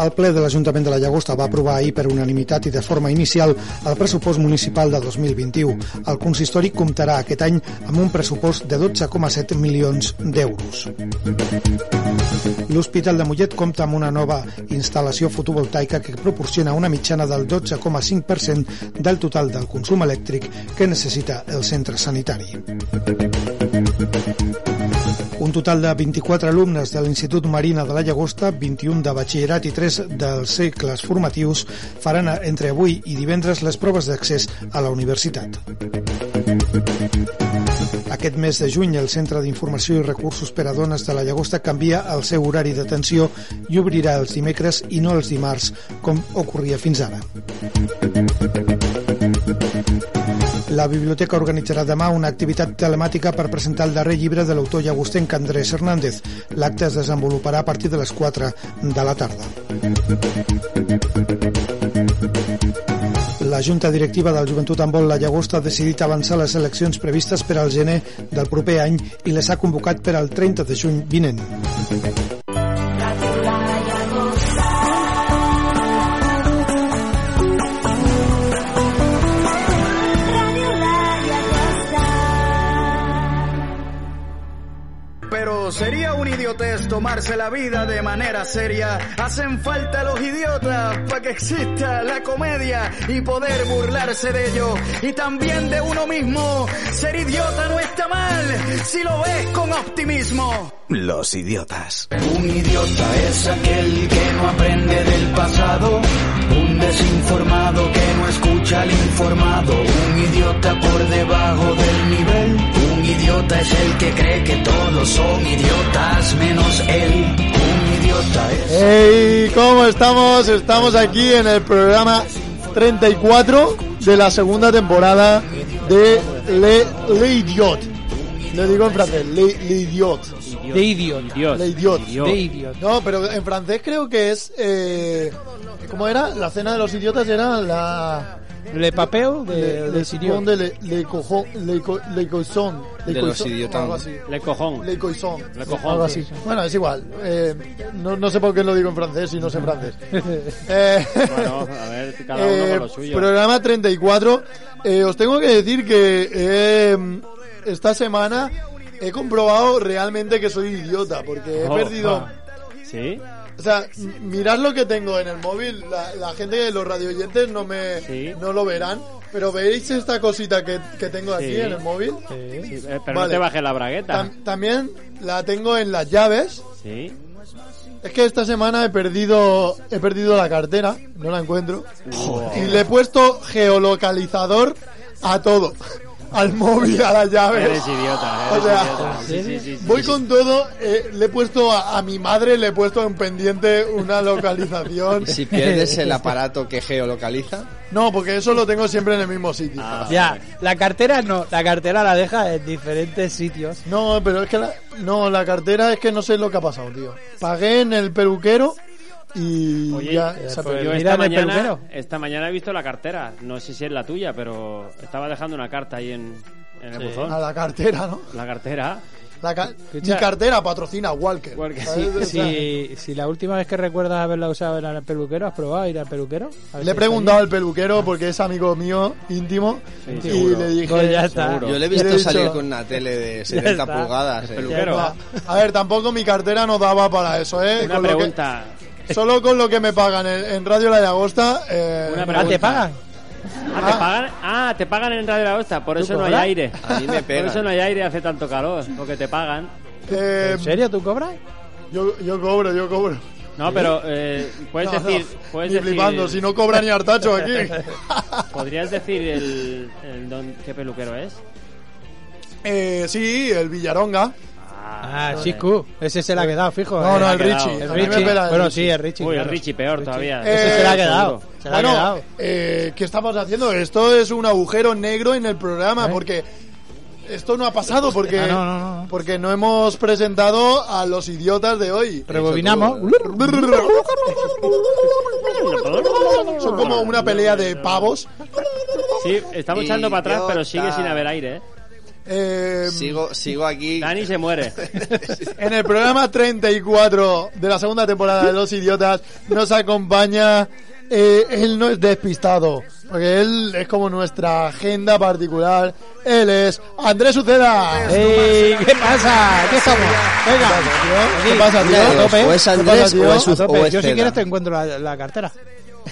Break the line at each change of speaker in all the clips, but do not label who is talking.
El ple de l'Ajuntament de la Llagosta va aprovar ahir per unanimitat i de forma inicial el pressupost municipal de 2021. El consistori comptarà aquest any amb un pressupost de 12,7 milions d'euros. L'Hospital de Mollet compta amb una nova instal·lació fotovoltaica que proporciona una mitjana del 12,5% del total del consum elèctric que necessita el centre sanitari. Un total de 24 alumnes de l'Institut Marina de la Llagosta, 21 de batxillerat i 3 dels segles formatius faran eh, entre avui i divendres les proves d'accés a la universitat. Aquest mes de juny el Centre d'Informació i Recursos per a Dones de la Llagosta canvia el seu horari d'atenció i obrirà els dimecres i no els dimarts, com ocorria fins ara. La biblioteca organitzarà demà una activitat telemàtica per presentar el darrer llibre de l'autor llagostenc Andrés Hernández. L'acte es desenvoluparà a partir de les 4 de la tarda. La Junta Directiva del Joventut Handbol La Llagosta ha decidit avançar les eleccions previstes per al gener del proper any i les ha convocat per al 30 de juny vinent.
Pero sería un idiotez tomarse la vida de manera seria. Hacen falta los idiotas para que exista la comedia y poder burlarse de ello. Y también de uno mismo. Ser idiota no está mal si lo ves con optimismo.
Los idiotas.
Un idiota es aquel que no aprende del pasado. Un desinformado que no escucha al informado. Un idiota por debajo del nivel. Un idiota es el que cree que todos son idiotas menos él. Un idiota es.
¡Hey! ¿Cómo estamos? Estamos aquí en el programa 34 de la segunda temporada de Le, Le Idiot. Le digo en francés, Le, Le Idiot.
De idiot.
Le Idiot.
De idiot.
No, pero en francés creo que es. Eh, ¿Cómo era? La cena de los idiotas era la.
Le papel de,
Le,
de
le
idiot.
coupon de le, le cojo, le, co, le coisón. Le
De los
coisón,
idiotas.
algo así.
Le cojón.
Le coisón.
Le cojón.
Algo así. Bueno, es igual. Eh, no, no sé por qué lo digo en francés y no sé en francés. Eh,
Bueno, a ver, cada uno con lo suyo.
Programa 34. Eh, os tengo que decir que eh, esta semana he comprobado realmente que soy idiota porque he
Oh,
perdido...
ah. ¿Sí?
O sea, m- mirad lo que tengo en el móvil. La, la gente de los radioyentes no me
Sí.
no lo verán. Pero veis esta cosita que, que tengo aquí
Sí.
en el móvil.
Sí, eh, pero no
Vale.
te bajes la bragueta.
Tam- también la tengo en las llaves.
Sí.
Es que esta semana he perdido he perdido la cartera, no la encuentro. Y le he puesto geolocalizador a todo. Al móvil, a las llaves.
Eres idiota,
O
eres
sea,
idiota. Sí, sí, sí, sí.
Voy con todo, eh, le he puesto a, a mi madre, le he puesto en pendiente una localización.
Si pierdes el aparato que geolocaliza,
No, porque eso lo tengo siempre en el mismo sitio.
Ya.
Ya, la cartera no, la cartera la deja en diferentes sitios.
No, pero es que la, no, la cartera es que no sé lo que ha pasado, tío. Pagué en el peluquero y
Oye,
ya
eh,
se ha
pues
perdido.
yo
Mira
esta
en el
mañana,
peluquero.
esta mañana he visto la cartera. No sé si es la tuya, pero estaba dejando una carta ahí en, en el
a
buzón.
la cartera, ¿no?
La cartera.
La ca-
Escucha.
mi cartera patrocina Walker.
Walker,
¿Sabes?
sí,
O sea,
Si, si la última vez que recuerdas haberla usado era el peluquero, ¿has probado ir al peluquero? A ver
Le he
si
preguntado al peluquero porque es amigo mío íntimo
Sí,
y
seguro.
le
está bien.
dije,
Pues ya está.
Seguro.
yo le he
Le he
visto
dicho-
salir con una tele de 70
está.
pulgadas. eh.
peluquero.
"No, a ver, tampoco mi cartera no daba para eso, ¿eh?
Una
Con lo que-
pregunta.
solo con lo que me pagan en, en Radio La Llagosta, eh,
Una
Ah,
pregunta.
te pagan.
Ah, ¿te pagan? Ah, te pagan en Radio La Hosta, por eso no hay
cobras?
aire.
A mí me
Por eso
pegan.
no hay aire, hace tanto calor, porque te pagan.
eh,
¿En serio tú cobras?
yo, yo cobro, yo cobro.
No, pero eh, puedes
No, no,
decir... Puedes
ni
decir
flipando, si no cobra ni hartacho aquí.
¿Podrías decir el, el don, qué peluquero es?
eh, sí, el Villaronga.
Ah, Chico, ese se la ha quedado, fijo.
No,
eh.
no, el
Pues ha quedado.
Richie.
El
A mí me
Richie.
pela el
Bueno,
Richie.
sí, el Richie.
Uy, el
claro.
Richie peor todavía.
Eh,
Ese se la ha quedado.
seguro.
Se la ha
Bueno,
quedado.
eh, ¿qué estamos haciendo? Esto es un agujero negro en el programa porque esto no ha pasado porque
¿Eh? Ah, no, no, no.
porque no hemos presentado a los idiotas de hoy.
Rebobinamos.
eh, Son como una pelea de pavos.
Sí, estamos echando para atrás, pero sigue
Idiota.
sin haber aire, ¿eh?
Eh,
Sigo, sigo aquí.
Dani se muere.
En el programa 34 de la segunda temporada de Los Idiotas nos acompaña. eh, él no es despistado, porque él es como nuestra agenda particular. Él es Andrés Uceda.
¡Ey! ¿Qué pasa? ¿Qué estamos?
Venga, ¿qué pasa, tío?
Mira, ¿o es
¿Qué pasa,
Andrés
tío?
o es
A tope.
O es
Yo si
Ceda.
quieres te encuentro la, la cartera.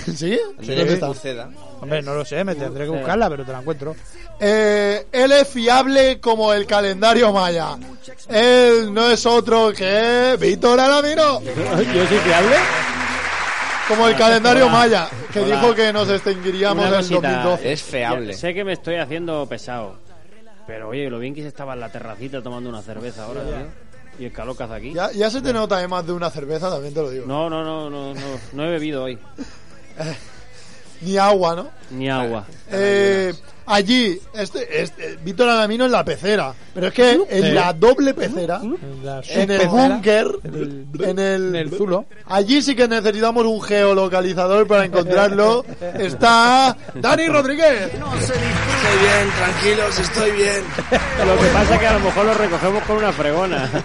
¿Sí?
Sí,
¿Dónde está?
Uceda.
Hombre, no lo sé, me tendré que buscarla, pero te la encuentro.
Eh, él es fiable como el calendario maya. Él no es otro que Víctor Alamino,
¿Yo soy fiable?
como el calendario maya, que
Hola.
dijo que nos extinguiríamos en
Una cosita.
2012.
Es feable.
Sé que me estoy haciendo pesado. Pero oye, lo bien que se estaba en la terracita tomando una cerveza ahora, tío. Y el calor que hace aquí.
Ya, ya se te nota además de una cerveza, también te lo digo.
No, no, no, no, no, no he bebido hoy.
Ni agua, ¿no?
Ni agua.
Eh, allí, este, este- Víctor Alamino en la pecera, pero es que en la doble pecera,
La
en el
supercera,
búnker,
del-
en el,
En el zulo.
Allí sí que necesitamos un geolocalizador para encontrarlo. Está Dani Rodríguez.
Estoy bien, tranquilos, estoy bien.
Lo que pasa es que a lo mejor lo recogemos con una fregona.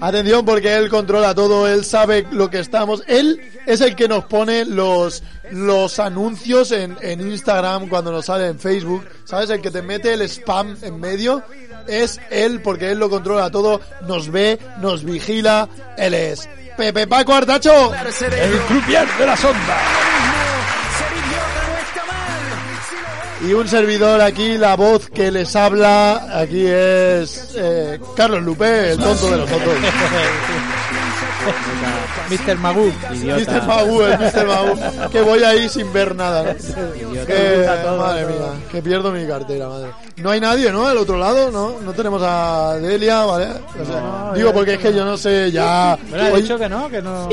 Atención porque él controla todo, él sabe lo que estamos. Él es el que nos pone los, los anuncios en, en Instagram cuando nos sale en Facebook. ¿Sabes? El que te mete el spam en medio es él porque él lo controla todo, nos ve, nos vigila. Él es Pepe Paco Artacho.
El
crupier de las ondas.
Ser idiota no está mal. Si lo
Y un servidor aquí, la voz que les habla, aquí es eh, Carlos Lupe, el tonto de nosotros.
Mr. Magoo.
Mr.
Idiota.
Magu, el Mr. Magu, que voy ahí sin ver nada. ¿no? Que, madre mía, que pierdo mi cartera, madre. No hay nadie, ¿no? Al otro lado, ¿no? No tenemos a Delia, ¿vale? O sea, digo, porque es que yo no sé, ya...
Me lo has
Hoy-
dicho que no, que no.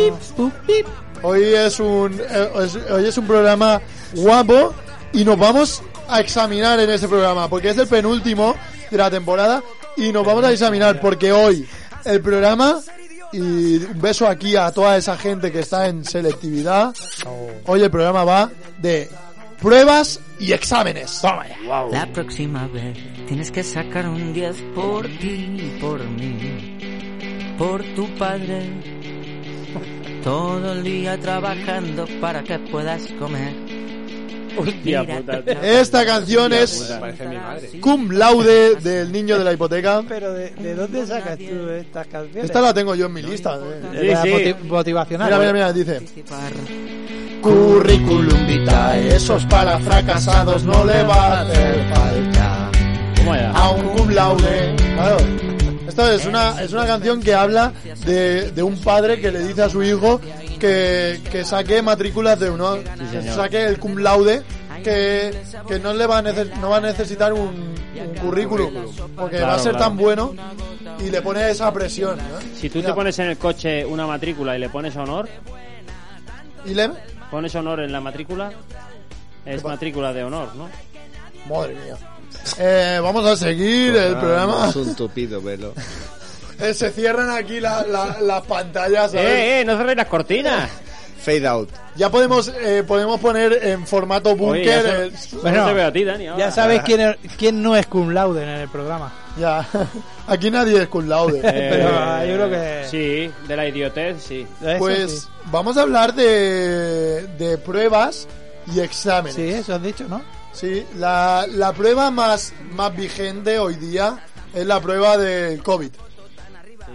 Hoy es un eh, es- hoy es un programa guapo y nos vamos a examinar en ese programa porque es el penúltimo de la temporada y nos vamos a examinar porque hoy el programa y un beso aquí a toda esa gente que está en selectividad. Hoy el programa va de pruebas y exámenes.
La próxima vez tienes que sacar un 10 por ti y por mí, por tu padre. Todo el día trabajando para que puedas comer.
Hostia puta. tío.
Esta canción es
Parece mi madre.
Cum Laude del niño de la hipoteca.
Pero ¿de, de dónde sacas tú estas canciones?
Esta la tengo yo en mi lista. eh.
De la
Sí, sí.
moti- motivacional.
Mira, mira, mira, dice.
Participar.
Curriculum vitae, esos para fracasados no le va a hacer falta.
¿Cómo era?
A un cum laude. Claro. Esta es una, es una canción que habla de, de un padre que le dice a su hijo que, que saque matrículas de uno, que
señor.
saque el cum laude, que, que no le va a, neces- no va a necesitar un, un currículum, porque va a
Claro,
ser
claro.
tan bueno y le pone esa presión. ¿no?
Si tú te
Ya.
pones en el coche una matrícula y le pones honor,
Y le-
pones honor en la matrícula, es matrícula de honor, ¿no?
Madre mía. Eh, vamos a seguir
Ah,
el programa.
Es un tupido velo.
Eh, se cierran aquí la- la- las pantallas. ¿sabes?
¡Eh, eh! ¡No cerréis las cortinas!
Fade out.
Ya podemos, eh, podemos poner en formato
Oye, ya
búnker.
se-
el-
solo
Bueno,
te veo a ti, Dani. ahora.
Ya sabes quién, er- quién no es cum laude en el programa.
Ya. Aquí nadie es cum laude.
Eh,
Pero ah, yo creo que.
Sí, de la idiotez, sí.
Eso
pues vamos a hablar de, de pruebas y
sí.
exámenes.
Sí, eso has dicho, ¿no?
Sí, la, la prueba más, más vigente hoy día es la prueba del COVID.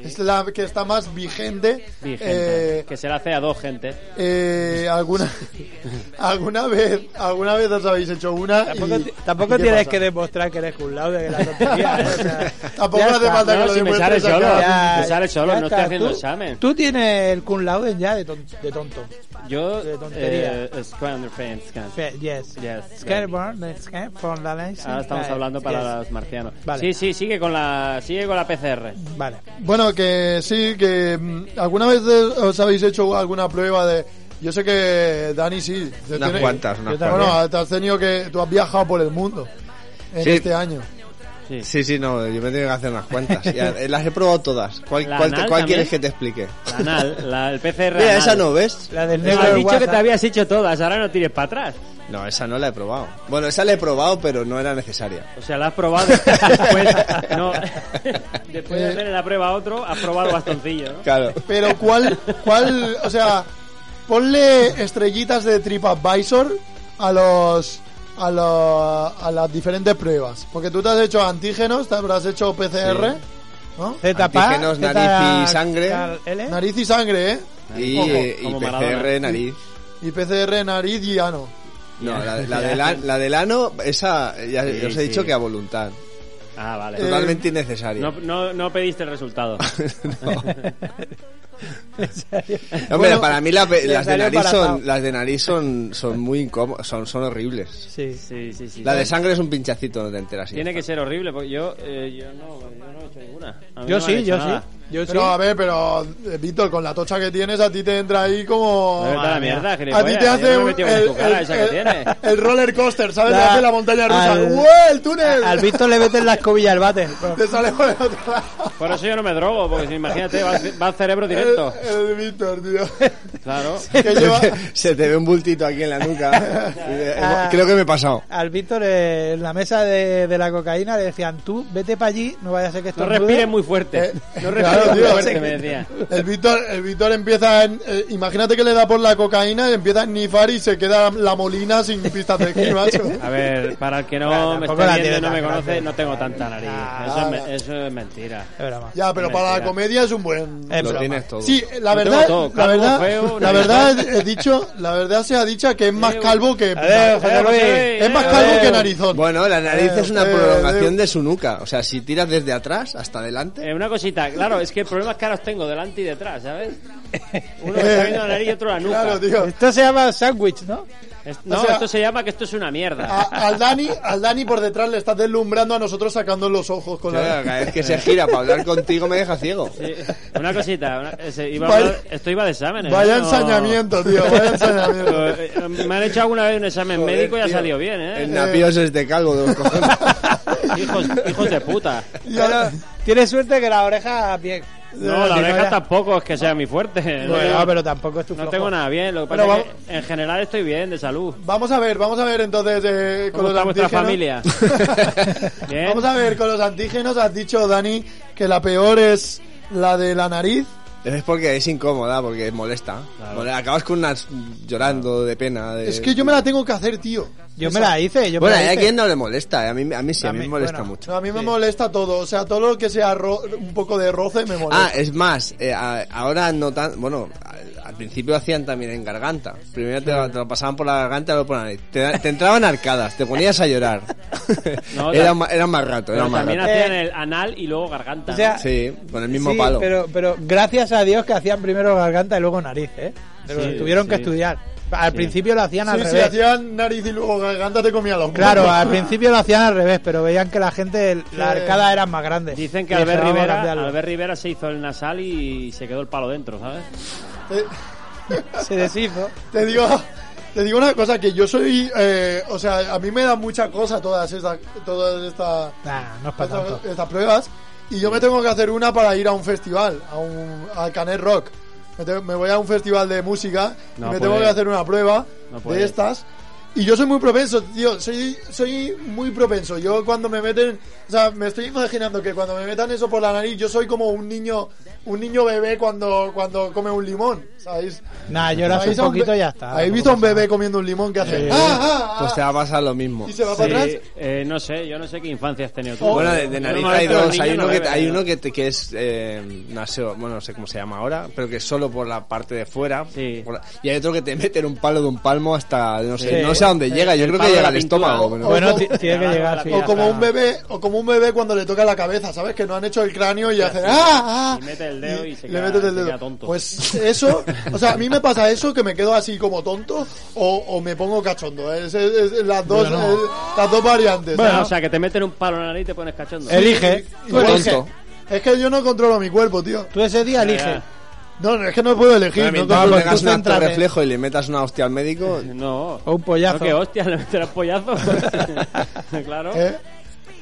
Es la que está más vigente.
Vigente.
eh,
que se la hace a dos gente.
Eh, alguna alguna vez alguna vez os habéis hecho una
Tampoco,
y-
ti-
¿y
tampoco
qué
tienes
pasa?
que demostrar que eres cum laude, que la tontería. ¿eh? O sea,
Tampoco
ya
hace
está.
falta que
No,
lo
si me
demuestres
sale
acá.
solo.
Ya-
Me sale solo,
ya
no
está.
estoy haciendo
Tú-
examen.
Tú tienes el cum laude ya de, ton- de tonto.
Yo.
de tontería.
eh, Scrum Friends, Scrum.
Fe- Yes.
Yes.
Skateboard, let's get from the lens.
Ahora estamos
Vale,
hablando para
yes.
los marcianos.
Vale.
Sí, sí, sigue con la sigue con la PCR.
Vale.
bueno que sí que mm, alguna vez de- os habéis hecho alguna prueba de yo sé que Dani sí te
Unas
tiene-
cuantas, unas
Yo también.
cuantas.
bueno te has tenido que tú has viajado por el mundo en
Sí.
este año
Sí.
Sí, sí, no, yo me tengo que hacer unas cuantas. Ya, eh, las he probado todas. ¿Cuál,
¿La
cuál, te-
anal
cuál
también?
quieres que te explique?
La anal, la- el PCR.
Mira,
anal.
esa no, ¿ves?
La del
Has
negro
dicho
del
que
WhatsApp.
te habías hecho todas, ahora no tires para atrás.
No, esa no la he probado. Bueno, esa la he probado, pero no era necesaria.
O sea, la has probado después, no, después de hacerle la prueba a otro, has probado bastoncillo, ¿no?
Claro.
Pero cuál, cuál, o sea, ponle estrellitas de TripAdvisor a los a, los- a las diferentes pruebas. Porque tú te has hecho antígenos, te has hecho PCR, ¿no?
Antígenos, nariz y sangre.
L.
Nariz y sangre, ¿eh?
Y,
Ojo,
eh, y
como Maradona.
PCR, nariz.
Y PCR, nariz y ano.
No, la, la del, an- la del ano, esa ya
Sí,
os he
sí.
dicho que a voluntad.
Ah, vale.
Totalmente innecesaria.
No, no, no pediste el resultado.
No,
Bueno,
pero para mí la-
le
las, de
salió
nariz
embarazado.
son, las de nariz son, son muy incómodas, son, son horribles.
Sí.
Sí, sí, sí.
La de sangre es un pinchacito, no te enteras. y ya
Tiene que
está.
ser horrible, porque yo, eh, yo, no, yo no he hecho ninguna. A mí
Yo
no me han
sí,
hecho
yo
nada.
sí. Yo sí.
Pero a ver, pero eh, Víctor, con la tocha que tienes, a ti te entra ahí como.
Me vete a la mierda,
A ti
gilipollas,
te
yo
hace
me he
un,
metido con tu cara esa que tienes.
el roller coaster, ¿sabes?
La-
te hace la montaña rusa.
al-
¡Ué, el túnel!
Al Víctor le meten la escobilla al bate.
Te sale por el otro lado.
Por eso yo no me drogo, porque si, imagínate, va, al- va al cerebro directo.
El, el Víctor, tío.
Claro.
Que lleva.
Se te ve un bultito aquí en la nuca. Eh, Creo que me he pasado.
Al Víctor eh, en la mesa de, de la cocaína le decían, tú vete para allí, no vaya a ser que esto
No respires muy
Eh,
fuerte.
claro,
No respires muy
tío.
fuerte, me decía.
El Víctor, el Víctor empieza en, eh, imagínate que le da por la cocaína y empieza a nifar y se queda la molina sin pistas de aquí, macho.
A ver, para el que no me
tampoco
está
la
viendo
tiene
y no me
tan
conoce,
grande.
no tengo tanta nariz. Eso, es, me- eso es mentira.
Ya, Ah, pero para la
Mentira.
comedia es un buen.
Es
Lo
broma.
tienes todo.
Eh, Sí, la
Lo tengo
verdad,
todo,
la
calvo,
verdad,
feo,
la
nariz.
verdad he dicho, la verdad se ha dicho que es más calvo que
ver, José Luis.
eh,
es más calvo que narizón.
Bueno, la nariz
Eh,
es una
eh,
prolongación de su nuca. O sea, si tiras desde atrás hasta adelante.
Eh, una cosita, claro, es que el problema es que ahora los tengo delante y detrás, ¿sabes? Uno me está viendo la nariz y otro la nuca.
Eh, Claro, tío.
Esto se llama sándwich, ¿no?
Es- no,
O sea-
esto se llama que esto es una mierda.
A- al Dani, al Dani por detrás le estás deslumbrando a nosotros sacando los ojos con
Claro,
la
cada vez que se gira para hablar contigo me deja ciego.
Sí, Una cosita, una- ese, iba a
Vaya-
hablar- esto iba de exámenes.
Vaya
¿no?
ensañamiento, tío, vaya ensañamiento.
Eh, eh, Me han hecho alguna vez un examen
Joder,
médico y ha
tío.
salido bien,
El
¿eh?
napios es de calvo de los cojones.
Hijos, hijos de puta.
Y ahora-
Tienes suerte que la oreja bien.
No, la
Si
oreja
ya-
tampoco es que sea mi fuerte.
Bueno,
No,
pero tampoco es tu
no
flojo.
tengo nada bien, lo que pasa
ah, Pero
es que en general estoy bien de salud.
Vamos a ver, vamos a ver entonces eh, con
¿Cómo
los
está vuestra familia?
antígenos.
Bien.
Vamos a ver, con los antígenos has dicho, Dani, que la peor es la de la nariz.
Es porque es incómoda, porque molesta.
Claro.
Bueno, Acabas con unas llorando de pena. de-
Eh,
Es que yo me la tengo que hacer, tío.
Yo me la hice, yo
Bueno,
me la
hay a
hice.
quien no le molesta. eh. A mí, a mí sí, a
A
mí me
mí-
molesta
bueno,
mucho.
No, a mí me molesta todo, o sea, todo lo que sea ro- un poco de roce me
Ah,
molesta.
es más, eh, a- ahora no tan... Bueno, al, al principio hacían también en garganta. Primero te, lo- te lo pasaban por la garganta, luego por la nariz. Te, te entraban arcadas, te ponías a llorar.
No,
era,
ta-
ma- era más rato, era
Pero
más
también
rato.
hacían el anal y luego garganta.
Eh.
¿no?
O sea,
Sí, con el mismo
sí,
palo.
Pero, pero gracias a Dios que hacían primero garganta y luego nariz, ¿eh? Pero
Sí,
tuvieron que
sí.
estudiar. Al principio lo hacían al
sí, sí,
revés.
hacían nariz y luego garganta te comía los
Claro,
mocos.
al principio lo hacían al revés, pero veían que la gente, la
Sí.
arcada eran más grandes.
Dicen que
Y
Albert
dijeron, "Vamos a
Rivera,
cambiarlo".
Albert Rivera se hizo el nasal y se quedó el palo dentro, ¿sabes?
se deshizo.
Te digo, te digo una cosa, que yo soy, eh, o sea, a mí me dan mucha cosa todas estas, todas estas,
Nah, no es
Pues,
para
estas,
tanto.
estas pruebas y yo me tengo que hacer una para ir a un festival, a un, al Canet Rock. Me, te- me voy a un festival de música y
No
me
puede.
tengo que hacer una prueba
No puede.
de estas. Y yo soy muy propenso, tío, soy, soy muy propenso. Yo cuando me meten, o sea, me estoy imaginando que cuando me metan eso por la nariz, yo soy como un niño, un niño bebé cuando, cuando come un limón, ¿sabéis?
pues,
Nah, lloras un
¿Habéis a
poquito
be-
y ya está.
¿Habéis
tampoco
visto a un
pasa
bebé comiendo un limón que hace?
Sí.
"Ah, ah, ah",
Pues te va a pasar lo mismo.
y se va para
Sí,
atrás. Oh.
eh, no sé, yo no sé qué infancia has tenido tú.
Bueno, de, de
Yo
nariz
no me
hay
acuerdo,
dos.
niño,
Hay
no
uno que,
bebe,
hay
¿no?
uno que, te- que es eh, naseo, bueno, no sé cómo se llama ahora, pero que es solo por la parte de fuera.
Sí.
Por la- y hay otro que te meten un palo de un palmo hasta, no sé,
Sí.
no sé a dónde llega. Yo
el
creo
palo
que
de
llega
la
al
pintura.
nada.
estómago. pero-
Bueno,
O-
ti- tiene que llegar. sí,
O
ya
como
está.
un bebé, o como un bebé cuando le toca la cabeza, ¿sabes? Que no han hecho el cráneo y hace ¡ah! ah",
Y mete el dedo y se
le
queda-
metes el
se
dedo.
queda tonto.
Pues eso, o sea, a mí me pasa eso que me quedo así como tonto o, o me pongo cachondo. Es, es- es las dos
Bueno.
eh, las dos variantes.
Bueno,
¿no?
o sea, que te meten un palo en la nariz y te pones cachondo.
Elige. Tú
O
elige.
tonto.
es que yo no controlo mi cuerpo, tío.
Tú ese día elige.
Ya,
No, no, es que no puedo elegir.
Bueno,
no
mientras
controlo-
le hagas
tú
un acto
céntrate.
reflejo y le metas una hostia al médico,
ya. No.
O un pollazo.
No, que hostia, le meterás pollazo. claro.
¿Eh?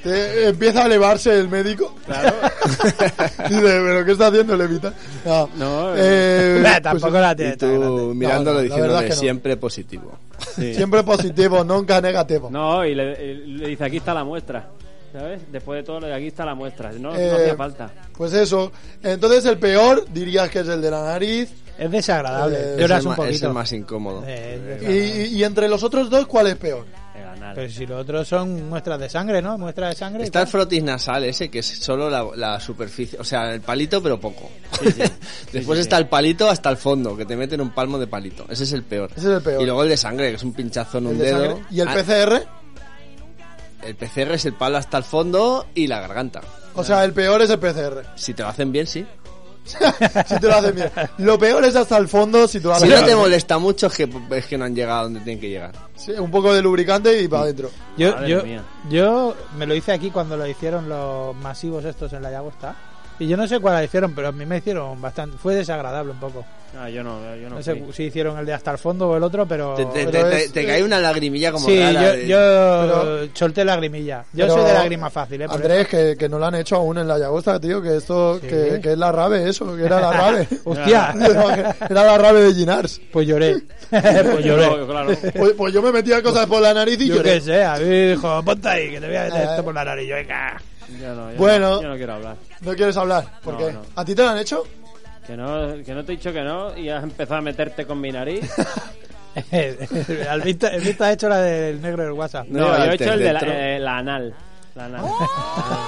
Te- empieza a elevarse el médico.
Claro.
Dice, ¿pero qué está haciendo Levita? pues, No,
No,
eh,
Nah,
pues-
eh, tampoco la tiene.
y tú
No,
mirándolo
no, la
diciéndole
verdad es que no.
siempre positivo.
Sí.
Siempre positivo, nunca negativo.
No, y le, y le dice, aquí está la muestra. ¿Sabes? Después de todo, lo de aquí está la muestra. No, no
Eh,
hacía falta.
Pues eso. Entonces el peor dirías que es el de la nariz.
Es
Eh,
desagradable.
Es el,
Lloras un
ma- es el
poquito.
más incómodo.
Eh, es
Y,
desagradable.
y entre los otros dos, ¿cuál es peor?
El anal.
Pero si los otros son muestras de sangre, ¿no? Muestras de sangre.
Está el frotis nasal ese, que es solo la, la superficie, o sea, el palito, pero poco. Después está el palito hasta el fondo, que te meten un palmo de palito. Ese es el peor.
Ese es el peor.
Y luego el de sangre, que es un pinchazo en
El
un
de
dedo.
sangre. ¿Y el
Ah,
PCR?
el PCR es el palo hasta el fondo y la garganta.
O sea, el peor es el PCR.
Si te lo hacen bien, sí.
si te lo hacen bien. Lo peor es hasta el fondo si te lo
Si
hacen
no
bien.
te molesta mucho, es que, es que no han llegado a donde tienen que llegar.
Sí, un poco de lubricante y para adentro.
Yo,
Madre
yo,
mía.
yo me lo hice aquí cuando lo hicieron los masivos estos en la Yagosta. Y yo no sé cuál la hicieron, pero a mí me hicieron bastante. Fue desagradable un poco.
No, yo no, yo no.
No sé
fui.
si hicieron el de hasta el fondo o el otro, pero.
Te, te-
pero
te- te-
es-
te cae una lagrimilla como
sí,
rara
yo,
de-
yo
Pero-
solté lagrimilla. Yo
Pero,
soy de lágrima fácil, ¿eh? Por
Andrés, que, que no lo han hecho aún en la Llagosta, tío, que esto, que, que es la rave eso, que era la rave.
eso. ¡Hostia!
era la rave de Ginars.
pues lloré. pues
Claro,
lloré.
claro.
Pues, pues yo me metía cosas por la nariz y
Yo qué
lloré.
sé, a mí dijo, ponte ahí, que te voy a meter
Ah, eh.
esto por la nariz. Yo, venga.
Yo no, yo
Bueno.
no- yo no quiero hablar.
No quieres hablar, ¿por
No,
qué?
no.
¿A ti te lo han hecho?
Que no, que no te he dicho que no y has empezado a meterte con mi nariz.
el Vista el Vista ha hecho la del negro del WhatsApp.
No,
No,
yo he
antes,
hecho el de la,
dentro.
eh, la anal. La anal.
¡Oh!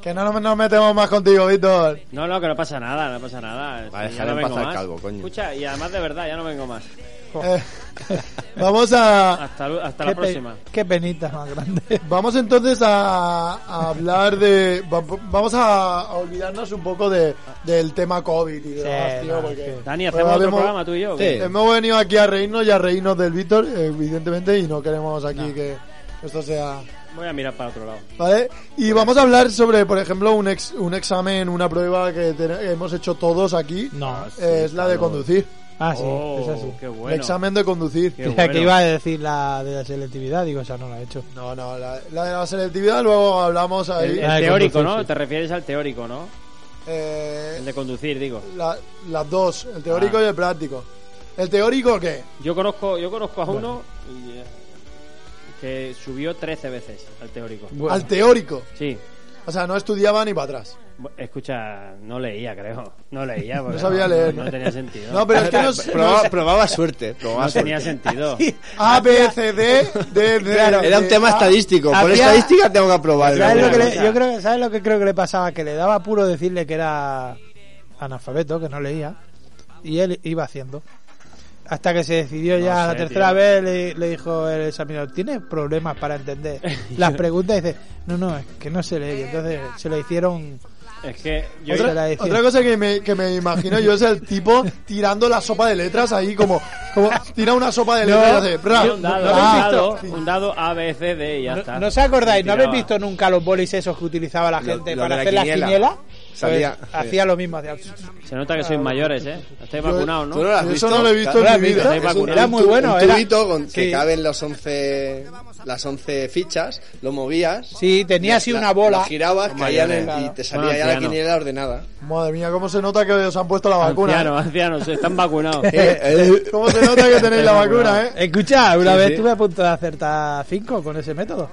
Que no nos- nos metemos más contigo, Víctor.
No, no, que no pasa nada, no pasa nada.
Vale,
Sí,
dejar
ya no
en
vengo
paz al
más.
calvo, coño.
Escucha, y además de verdad, ya no vengo más. Oh.
Eh, vamos a,
Hasta, lu- hasta
Qué
la
pe-
próxima.
Qué penita más grande.
Vamos entonces a, a hablar de. va- Vamos a, a olvidarnos un poco de, del tema COVID y demás,
Sí,
tío,
no,
porque-
sí.
Dani,
porque
hacemos otro
hemos-
programa tú y yo.
Sí.
¿qué?
Hemos venido aquí a reírnos y a reírnos del Víctor, evidentemente, y no queremos aquí que esto sea.
Voy a mirar para otro lado.
¿Vale? Y vamos a hablar sobre, por ejemplo, un, ex- un examen, una prueba que te- hemos hecho todos aquí. Eh,
No.
es la de conducir.
Ah, sí,
Oh,
es así.
Qué
El
bueno.
examen de conducir.
Qué
Mira,
bueno.
que iba a decir la de la selectividad, digo, esa no la he hecho.
No, no, la, la de la selectividad luego hablamos
El,
ahí.
el
Ah, de
teórico,
conducir,
¿no?
sí.
Te refieres al teórico, ¿no?
Eh,
El de conducir, digo.
La- las dos, el teórico
Ah.
y el práctico. ¿El teórico qué?
Yo conozco, yo conozco a uno y, eh, que subió 13 veces al teórico.
Bueno,
Al teórico.
Sí.
O sea, no estudiaba ni para atrás.
Bu- Escucha, no leía, creo. No leía. porque
sabía leer.
No, tenía sentido.
No, pero es que no, es- no
Probaba,
es-
probaba suerte. probaba
No tenía
suerte.
sentido.
A, B, C, D, D, D.
Era un tema
A-
estadístico. Por
había-
estadística tengo que aprobar.
¿sabes lo que le-
cosa.
yo creo, que- ¿sabes lo que creo que le pasaba? Que le daba puro decirle que era analfabeto, que no leía, y él iba haciendo. Hasta que se decidió
No
ya
sé,
la tercera
tío.
vez, le, le dijo el examinador, ¿tienes problemas para entender las preguntas? Y dice, no, no, es que no se lee. Y entonces se lo hicieron...
Es que yo
se
Otra,
la hicieron-
otra cosa que me, que me imagino yo es el tipo tirando la sopa de letras ahí como, como tira una sopa de letras y hace, bra,
un dado,
bra,
un,
bra.
dado
Sí.
un dado A, B, C, D y ya
¿No,
está.
no os acordáis? ¿No habéis
Tiraba.
visto nunca los bolis esos que utilizaba la
Lo-
gente
lo
para
de la
hacer
quiniela.
la quiniela?
Salía,
Pues
sí.
Hacía lo mismo. hacía-
Se nota que sois mayores, ¿eh? Estáis vacunados,
¿Tú no lo
¿no?
has
Eso
visto?
no lo he visto
Claro.
en
¿Lo has
mi
visto?
vida.
Estáis vacunados.
Era muy
tu-
bueno.
un
era-
tubito con
Sí.
que caben los 11 las 11 fichas, lo movías.
Sí, tenía así
la-
una bola.
lo girabas,
Como
caían en-
mayonesa.
y te salía
Bueno,
ya la
anciano.
quiniela ordenada.
Eh,
Madre mía, cómo se nota que os han puesto la vacuna.
Ancianos, ancianos, están vacunados.
Eh, eh,
Cómo se nota que tenéis la vacuna, eh.
Escucha, una
Sí,
vez
sí.
estuve a punto de acertar 5 con ese método.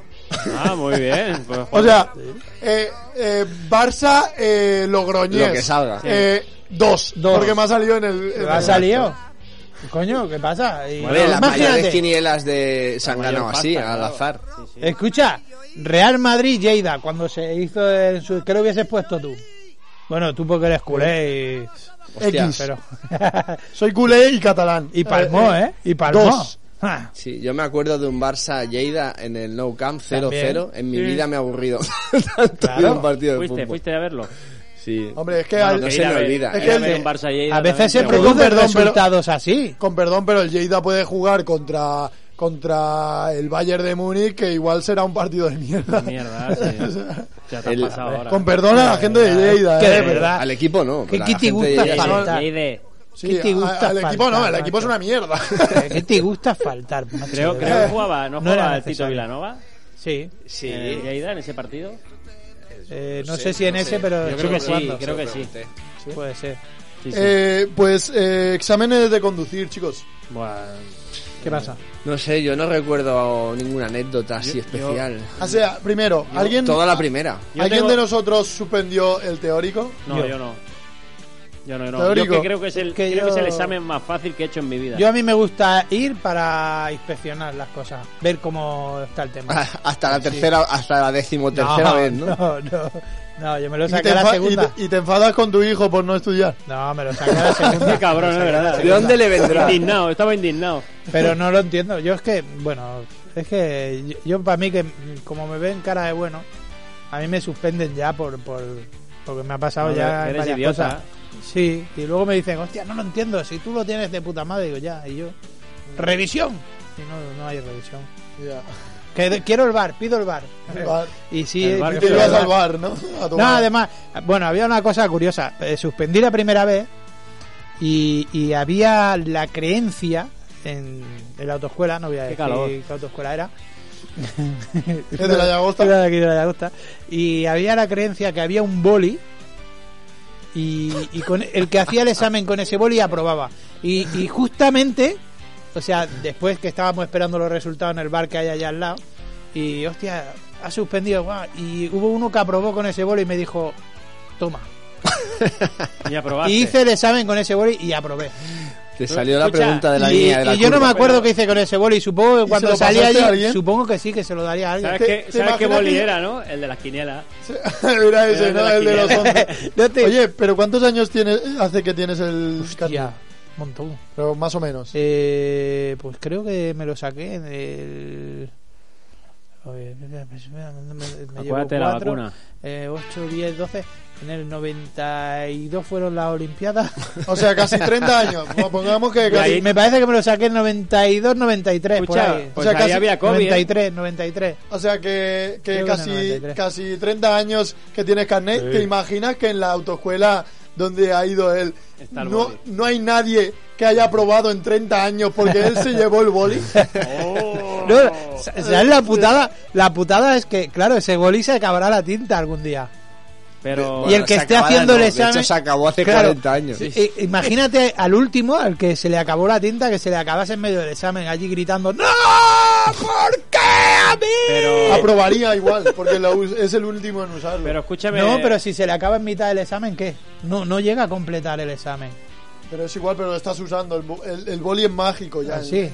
Ah, muy bien. Pues,
O
joder.
sea, eh, eh, Barça, eh, Logroñés.
Lo que salga.
Eh, dos,
Dos.
Porque me ha salido en el. en
¿Me ha
el-
salido? Coño, ¿qué pasa? Y-
Hombre, las mayores
imagínate.
quinielas de se han
mayor
ganado
pasta,
así, al
claro.
azar.
Escucha, Real Madrid Lleida, cuando se hizo en su... ¿Qué lo hubieses puesto tú? Bueno, tú porque eres culé y...
Hostia,
X.
Pero...
Soy culé y catalán.
y palmó, ¿eh? Y palmó.
dos.
Ah.
Sí, yo me acuerdo de un Barça Lleida en el Nou Camp 0-0.
También.
En mi
Sí.
vida me ha aburrido tanto
Claro.
de un partido de
fuiste,
fútbol.
fuiste a verlo.
Sí.
Hombre, es que
Bueno,
al-
no
Que
se
ir a
me
ver-
olvida.
ir
Es que
a
el-
ver un Barça Lleida
A veces se
también,
produce-
seguro.
producen
perdón, pero-
resultados así.
con perdón, pero el Lleida puede jugar contra contra el Bayern de Múnich, que igual será un partido de mierda.
Mierda, ah, sí. Ya te has
El-
pasado ahora.
Con perdón a la gente de Lleida,
Que
eh,
de
pero-
verdad.
Al equipo no.
¿Qué
pero a la
Kitty
gente
gusta
de Lleida
para-
no.
Lleida, Lleida.
Sí,
¿Qué te gusta
a- al equipo no,
faltar,
el equipo es
macho?
una mierda.
¿Qué te gusta faltar? macho?
Creo,
De
creo
verdad.
que jugaba, no,
No era
jugaba el Tito
necesario.
Vilanova.
Sí.
Sí.
Eh, Lleida en ese partido.
Eh, no sé si en ese, pero
Yo creo que
estuvo
sí,
jugando.
creo que sí.
Puede ser.
Sí, sí.
Eh, pues eh, exámenes de conducir, chicos.
Buah,
¿Qué pasa?
No sé, yo no recuerdo ninguna anécdota así especial.
O sea, primero, ¿alguien,
Toda la primera.
Yo
¿alguien
tengo-
de nosotros suspendió el teórico?
No, yo, no. Yo no, yo no.
Teórico.
Yo que creo que es el
Que
creo que es el
yo-
examen más fácil que he hecho en mi vida.
Yo a mí me gusta ir para inspeccionar las cosas, ver cómo está el tema.
Hasta la tercera, hasta la decimotercera Ah, vez, ¿no?
No, no, no, yo me lo
Y te,
saqué a la
enfa-
segunda.
y te- y te enfadas con tu hijo por no estudiar.
No, me lo saqué a la segunda.
Qué cabrón, es verdad.
¿De dónde le vendrá?
Indignado, estaba indignado.
Pero no lo entiendo. Yo es que, bueno, es que yo, para mí que mm, como me ven cara de bueno, a mí me suspenden ya por, por porque me ha pasado
No,
ya
eres
varias
idiota.
cosas. Sí, y luego me dicen, hostia, no lo entiendo, si tú lo tienes de puta madre, digo, ya, y yo, revisión. Y no, no hay revisión. Que de- quiero el bar, pido el bar.
El bar.
Y sí,
El bar
Y
pido
te
Pero-
el
ibas
bar.
al bar, ¿no? A tu
No,
bar.
además, bueno, había una cosa curiosa. Eh, suspendí la primera vez y, y había la creencia en, en la autoescuela, no voy a
Qué
decir
calor.
qué autoescuela era.
Es de la Llagosta.
Era de aquí de la Llagosta. Y había la creencia que había un boli y, y con el que hacía el examen con ese boli aprobaba. Y, y justamente, o sea, después que estábamos esperando los resultados en el bar que hay allá al lado, y hostia, ha suspendido, guau, y hubo uno que aprobó con ese boli y me dijo, toma.
Y aprobaste.
Y hice el examen con ese boli y aprobé.
Te salió la
Escucha,
pregunta de la
y
línea de la
y yo no me
curva.
acuerdo qué hice con ese boli, supongo
¿Y
que cuando
se lo
salí
pasaste a
allí,
alguien?
supongo que sí, que se lo daría a alguien.
¿Te-
¿Sabes qué,
te
sabes qué
imaginas
boli
que-
era, no? El de las quinielas.
Era ese,
Era
¿no?
la
El de los
quiniela.
11.
Yo te-
Oye, pero ¿cuántos años tiene, hace que tienes el
Hostia,
carnet?
un montón.
Pero más o menos.
Eh, pues creo que me lo saqué del. Oye, me, me- me llevo
Acuérdate de la
cuatro,
vacuna.
eh, 8, 10, 12. En el 92 fueron las Olimpiadas.
O sea, casi 30 años. Bueno, Pongamos que
Y ahí-
casi...
me parece que me lo saqué en 92, 93. por
Escucha,
ahí.
pues
O sea,
ahí
casi
había COVID. ¿eh?
93, 93.
O sea que, que
Creo que en el
casi,
93.
casi 30 años que tienes carnet, ¿te imaginas que en la autoescuela donde ha ido él
Está el
no,
boli.
no hay nadie que haya aprobado en 30 años porque él se llevó el boli?
Oh.
No, sa- ¿sabes la putada? La putada es que, claro, ese boli se acabará la tinta algún día.
Pero
Y el que
se
esté
acabara,
haciendo el
no,
examen-
De hecho, se acabó hace
Claro.
40 años.
I- Imagínate al último, al que se le acabó la tinta, que se le acabase en medio del examen, allí gritando ¡No! ¿Por qué a mí?
pero,
Aprobaría igual, porque la us- es el último en usarlo.
pero escúchame.
No, pero si se le acaba en mitad del examen, ¿qué? No, no llega a completar el examen.
Pero es igual, pero lo estás usando. El, bo- el- el boli es mágico ya.
Así.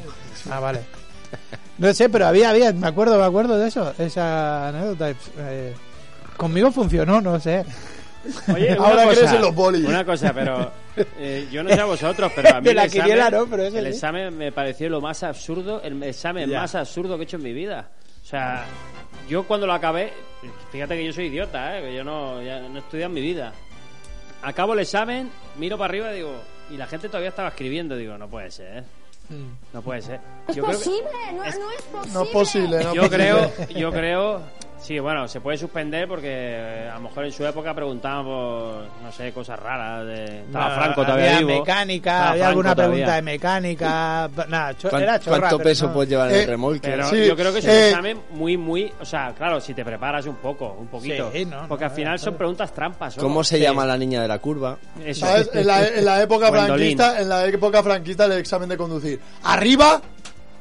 Ah, vale. No sé, pero había, había, me acuerdo, me acuerdo de eso, esa anécdota. eh, conmigo funcionó, no sé.
Oye, una
Ahora
cosa,
crees en los bolis.
Una cosa, pero eh, yo no sé a vosotros, pero a mí
De
el
la
examen-
quiniela no, pero eso
el
sí.
examen me pareció lo más absurdo, el examen más absurdo que he hecho en mi vida. O sea, yo cuando lo acabé, fíjate que yo soy idiota, ¿eh? que yo no, ya no he estudiado en mi vida. Acabo el examen, miro para arriba y digo, y la gente todavía estaba escribiendo, digo, no puede ser, no puede ser. Yo creo que-
No, no es posible.
No es posible, no es
yo
posible.
creo, yo creo, sí, bueno, se puede suspender porque eh, a lo mejor en su época preguntaban por, no sé, cosas raras. De, estaba
No,
Franco todavía
había
vivo.
mecánica,
Estaba
había
Franco
alguna
todavía.
pregunta de mecánica. pa- Nada, cho-
¿Cuán-
era
¿Cuánto,
chorra, pero
peso
no.
puedes llevar en
Eh,
el remolque?
Pero
Sí,
yo creo que es un
eh.
examen muy, muy, o sea, claro, si te preparas un poco, un poquito.
Sí, no, no,
porque al
no,
final
no.
son preguntas trampas. ¿no?
¿Cómo se
Sí,
llama la niña de la curva?
Eso.
Ah,
¿Sabes? En la, e- en la época
Gwendolyn.
franquista, en la época franquista el examen de conducir. Arriba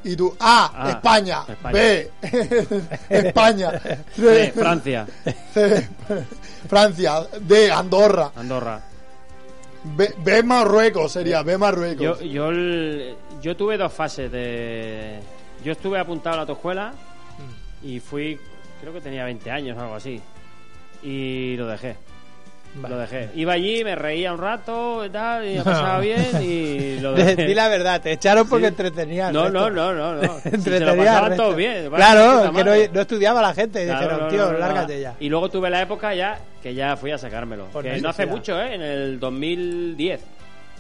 y tú A,
Ah,
España,
España.
B, España,
Eh,
C,
Francia,
C, Francia, D, Andorra,
Andorra.
B, B, Marruecos sería, B Marruecos.
Yo, yo, el- yo tuve dos fases de... Yo estuve apuntado a la autoescuela
Mm.
y fui, creo que tenía 20 años o algo así. Y lo dejé. Lo dejé. Iba allí, me reía un rato y tal, y me pasaba bien y lo dejé.
Di la verdad, te echaron porque
Sí.
entretenías.
No, no, no, no, no. Si se lo
Entretenías.
pasaban todos bien.
Claro, que
Puta
no,
madre.
no estudiaba la gente.
Claro,
Dijeron,
no,
tío,
no, no,
lárgate
no.
ya.
Y luego tuve la época ya que ya fui a sacármelo.
Por
que no hace
necesidad.
mucho, ¿eh? En el 2010.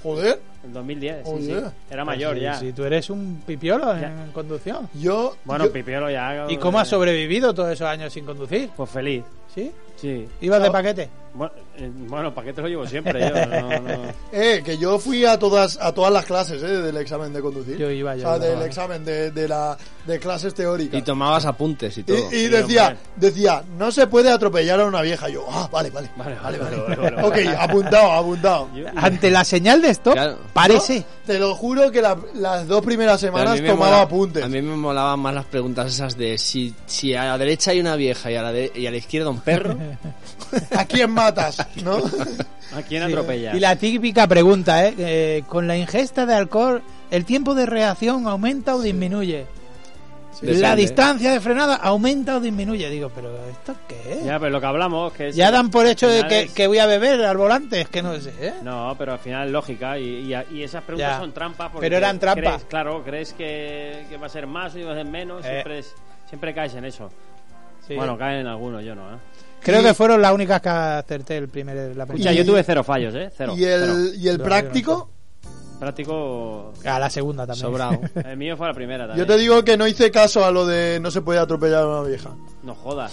Joder,
En 2010, sí, sí.
Joder.
Era mayor
Oh, Sí,
ya.
sí, tú eres un pipiolo en,
Ya.
en conducción.
yo...
Bueno,
yo-
Pipiolo ya...
¿Y cómo has
eh,
sobrevivido todos esos años sin conducir?
Pues feliz,
¿Sí?
sí.
¿Ibas de paquete?
Bueno, eh, bueno, ¿para qué te lo llevo siempre yo? No, no.
Eh, que yo fui a todas a todas las clases eh, del examen de conducir.
Yo iba,
O
yo
sea,
iba,
del
vale.
examen de, de, la, de clases teóricas.
Y tomabas apuntes y
Y,
todo.
y
Sí,
decía,
hombre.
decía, no se puede atropellar a una vieja. Yo, ah, vale, vale.
Vale,
Vale,
vale,
vale.
vale, vale,
Ok, apuntado, apuntado.
Yo-
Ante la señal de stop,
Claro.
Parece.
Te lo juro que la- las dos primeras
Pero a mí
semanas
me
tomaba
mola-
apuntes.
A mí me molaban más las preguntas esas de si, si a la derecha hay una vieja y a la, de- y a la izquierda un perro.
¿A quién matas? ¿No?
¿A quién atropella?
Y la típica pregunta, ¿eh? Eh, Con la ingesta de alcohol, ¿el tiempo de reacción aumenta o disminuye? la
Depende.
distancia de frenada aumenta o disminuye. Digo, pero ¿esto qué es?
Ya, pero lo que hablamos que es-
Ya dan por hecho de
al
que,
final es-
que voy a beber al volante, es que no sé, ¿eh?
No, pero al final es lógica y, y- y esas preguntas
Ya.
son trampas. porque
Pero eran
crees-
trampas.
claro, crees que, que va a ser más o iba a ser menos.
Eh.
Siempre, es- siempre caes en eso.
Sí.
Bueno, caen en algunos, yo no. ¿eh?
Creo que fueron las únicas que acerté el primer, la
Escucha,
primera.
Y-
yo tuve cero fallos, ¿eh? Cero.
¿Y
cero.
el, y el
Pero
práctico?
Práctico.
A Ah, la segunda también.
Sobrado.
El mío fue la primera
Yo
también.
te digo que no hice caso a lo de no se puede atropellar a una vieja.
No jodas.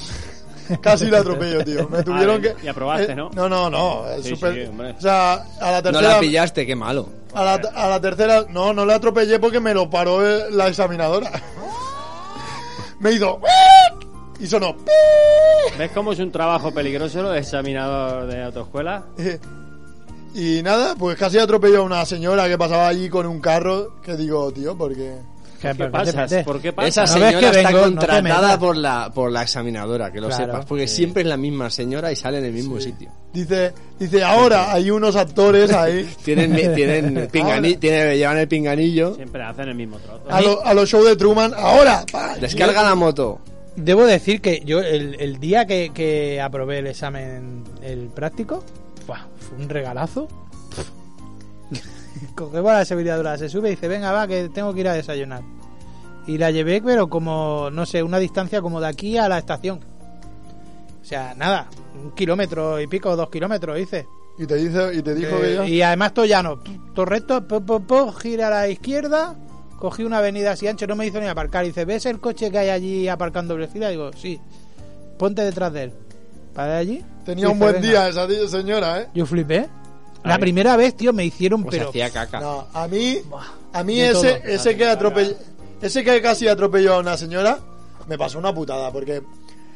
Casi la atropello, tío. Me tuvieron
Ah,
que.
y aprobaste,
eh,
¿no?
No, no, no. el
Sí,
super-
sí, hombre.
o sea, a la
No
tercera.
la pillaste, qué malo.
a, la, a la tercera. No, no la atropellé porque me lo paró eh, la examinadora. me hizo. Y sonó.
¿Ves cómo es un trabajo peligroso lo de examinador de autoescuela?
Y nada, pues casi atropelló a una señora que pasaba allí con un carro. Que digo, tío, porque.
¿Qué,
¿Qué pasas? ¿Por qué pasas?
Esa
No
señora
ves que
está
vengo, no te
contratada
metas.
por, la, por la examinadora, que lo
Claro.
sepas, porque siempre es la misma señora y sale en el mismo sitio.
Dice, dice, ahora hay unos actores ahí.
Tienen, tienen pingani- tienen- llevan el pinganillo,
Siempre hacen el mismo trozo.
A, lo- a los shows de Truman, ahora. pa,
descarga la moto.
Debo decir que yo el, el día que, que aprobé el examen, el práctico, ¡buah! fue un regalazo. Cogemos a la seguridadora, se sube y dice, venga, va, que tengo que ir a desayunar. Y la llevé, pero como, no sé, una distancia como de aquí a la estación. O sea, nada, un kilómetro y pico, dos kilómetros, hice.
Y te, dice, y te dijo que
Eh,
yo.
y además todo llano, todo recto, po, po, po, gira a la izquierda, cogí una avenida así ancha, no me hizo ni aparcar. Y dice, ¿ves el coche que hay allí aparcando doble fila? Digo, sí, ponte detrás de él. ¿Para de allí?
Tenía
Dice,
un buen
"Venga".
día esa tía- señora, ¿eh?
Yo flipé. La
Ay.
primera vez, tío, me hicieron,
Pues
pero...
hacía caca.
No, a mí, a mí
de
ese,
todo.
ese que atropelló, ese que casi atropelló a una señora, me pasó una putada, porque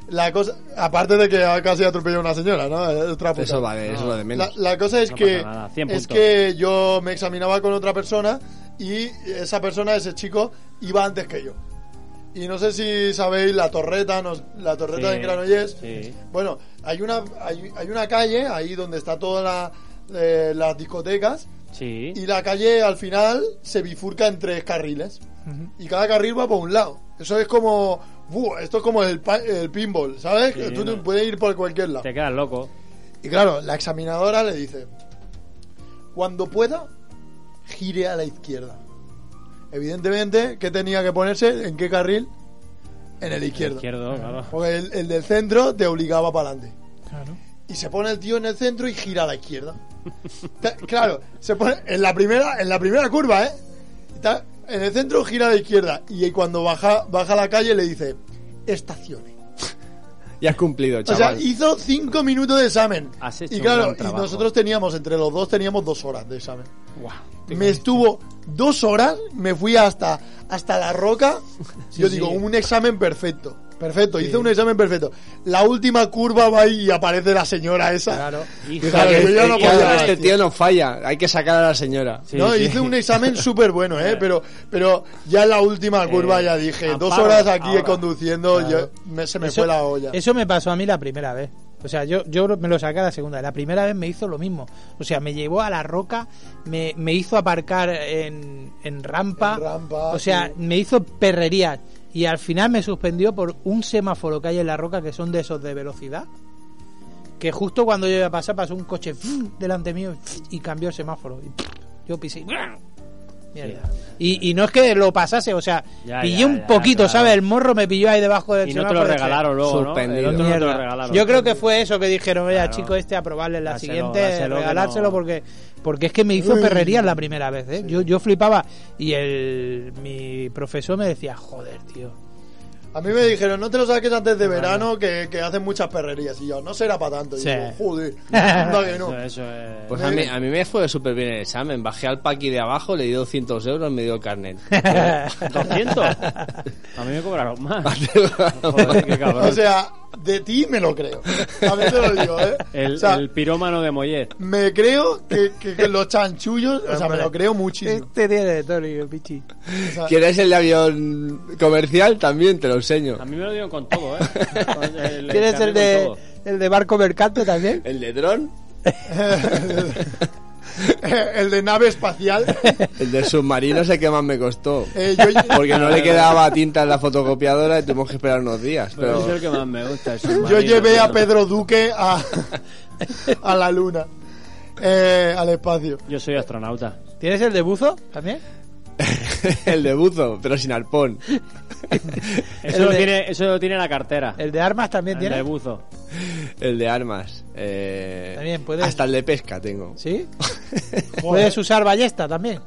la cosa, aparte de que casi atropelló a una señora, ¿no? Es otra putada.
Eso vale, eso es lo de menos.
La, la cosa es
No
que
pasa nada, 100
es
puntos.
que yo me examinaba con otra persona y esa persona, ese chico, iba antes que yo. Y no sé si sabéis la torreta, nos- la torreta
Sí,
en Granollers.
sí.
Bueno, hay una, hay, hay una calle ahí donde está todas las discotecas
Sí.
y la calle al final se bifurca en tres carriles y cada carril va por un lado. Eso es como, buh, esto es como el, pa- el pinball, ¿sabes?
Sí,
Tú te
no.
puedes ir por cualquier lado.
Te quedas loco.
Y claro, la examinadora le dice, cuando pueda, gire a la izquierda. Evidentemente, ¿qué tenía que ponerse? ¿En qué carril? En el izquierdo.
Izquierdo, claro.
Porque el, el del centro te obligaba para adelante.
Claro.
Y se pone el tío en el centro y gira a la izquierda. Ta- claro, se pone en la primera, en la primera curva, ¿eh? Ta- en el centro gira a la izquierda. Y cuando baja, baja a la calle le dice, estacione.
Ya has cumplido,
O
chaval.
sea, hizo cinco minutos de examen.
Has hecho
y
un
claro,
gran
y
trabajo.
nosotros teníamos, entre los dos, teníamos dos horas de examen. Me estuvo dos horas, me fui hasta, hasta la roca. Yo digo, un examen perfecto. Perfecto, hice un examen perfecto. La última curva va y aparece la señora esa.
Claro.
Hija
Claro,
de-
que yo no
Hija
puedo.
de-
hablar,
este
tío.
tío no falla, hay que sacar a la señora.
Sí,
no,
sí.
hice un examen súper bueno, ¿eh? Pero, pero ya en la última curva
Eh,
ya dije, dos
amparo,
horas aquí
ahora.
conduciendo,
Claro.
yo- me- se me
Eso-
fue la olla.
Eso me pasó a mí la primera vez. O sea, yo, yo me lo saqué a la segunda. La primera vez me hizo lo mismo. O sea, me llevó a la roca, me, me hizo aparcar en, en rampa.
En rampa,
o sea,
sí.
me hizo perrerías. Y al final me suspendió por un semáforo que hay en la roca, que son de esos de velocidad. Que justo cuando yo iba a pasar, pasó un coche ¡fum! delante mío y cambió el semáforo. Y yo pisé. y Mierda. Y, y no es que lo pasase, o sea,
Ya,
pillé
ya,
un
ya,
poquito,
claro.
¿sabes? El morro me pilló ahí debajo del
Y no te lo
semáforo, che.
regalaron luego, ¿no? El
Suspendido.
otro no te lo
Mierda.
regalaron.
Yo creo que fue eso que dijeron, oye,
Claro.
chico este, aprobarle la
Dáselo,
siguiente,
dáselo que
regalárselo,
no.
porque porque es que me hizo
Uy.
perrerías la primera vez, ¿eh? Yo, yo flipaba y el mi profesor me decía, joder, tío.
A mí me dijeron, no te lo saques antes de verano, que, que hacen muchas perrerías. Y yo, no será para tanto. Y
Sí.
digo, joder, anda que no.
Eso, eso es.
Pues a mí, a mí me fue súper bien el examen. Bajé al paqui de abajo, le di 200 euros, me dio el carnet.
200. A mí me cobraron más. Joder, qué
Joder,
cabrón.
O sea, de ti me lo creo. También te lo digo, ¿eh?
El,
O sea,
el pirómano de Mollet.
me creo que, que- que los chanchullos, o sea, me lo creo muchísimo.
Este tiene de todo, el pichi.
O sea,
¿Quieres el de avión comercial? También te lo enseño.
A mí me lo dieron con todo, ¿eh? Con el-
¿Quieres el
carnet
de,
con todo.
el de barco mercante también?
¿El de dron?
el de nave espacial.
El de submarino sé que más me costó.
Eh, yo-
Porque no le quedaba tinta en la fotocopiadora y tuvimos que esperar unos días.
Pero es
Pero
el que más me gusta. el
Yo
submarino,
llevé a
tío.
Pedro Duque a, a la luna, eh, al espacio.
Yo soy astronauta.
¿Tienes el de buzo también?
el de buzo, pero sin arpón.
Eso,
El
lo,
de-
tiene, eso lo tiene la cartera.
¿El de armas también
El de
tienes?
buzo.
El de armas. eh,
También puedes-
Hasta el de pesca tengo.
¿Sí? ¿Puedes usar ballesta también?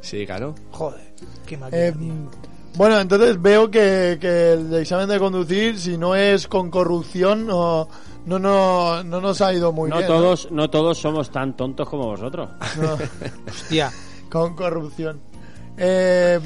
Sí, claro.
Joder, qué máquina,
Eh,
tío.
bueno, entonces veo que, que el examen de conducir, si no es con corrupción, no, no, no, no nos ha ido muy
No
bien.
todos, no todos somos tan tontos como vosotros.
No,
Hostia.
¿eh? con corrupción. Eh,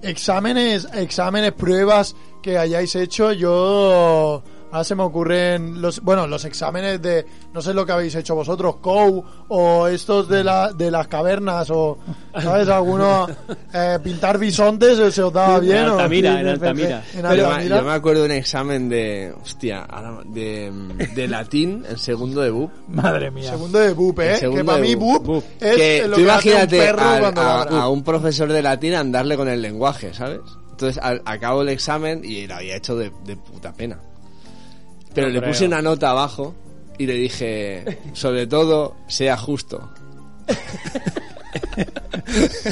exámenes, exámenes, pruebas que hayáis hecho, yo... Ahora se me ocurren los, bueno, los exámenes de, no sé lo que habéis hecho vosotros, COU o estos de, la, de las cavernas o, ¿sabes? Algunos, eh, pintar bisontes eh, se os daba
En
bien. o-
Altamira, en
en
Altamira.
Yo me,
Altamira.
yo me acuerdo de un examen de. Hostia, ahora- de, de latín en segundo de BUP.
Madre mía.
Segundo de BUP,
El
¿eh?
segundo
que para
de
mí
bup.
BUP,
Bup.
es
que
lo
tú
que hace
imagínate
un perro
al-
cuando
a,
ladra.
a un profesor de latín andarle con el lenguaje, ¿sabes? Entonces al- acabo el examen y lo había hecho de, de puta pena. Pero
No
le
creo.
puse una nota abajo y le dije, sobre todo, sea justo.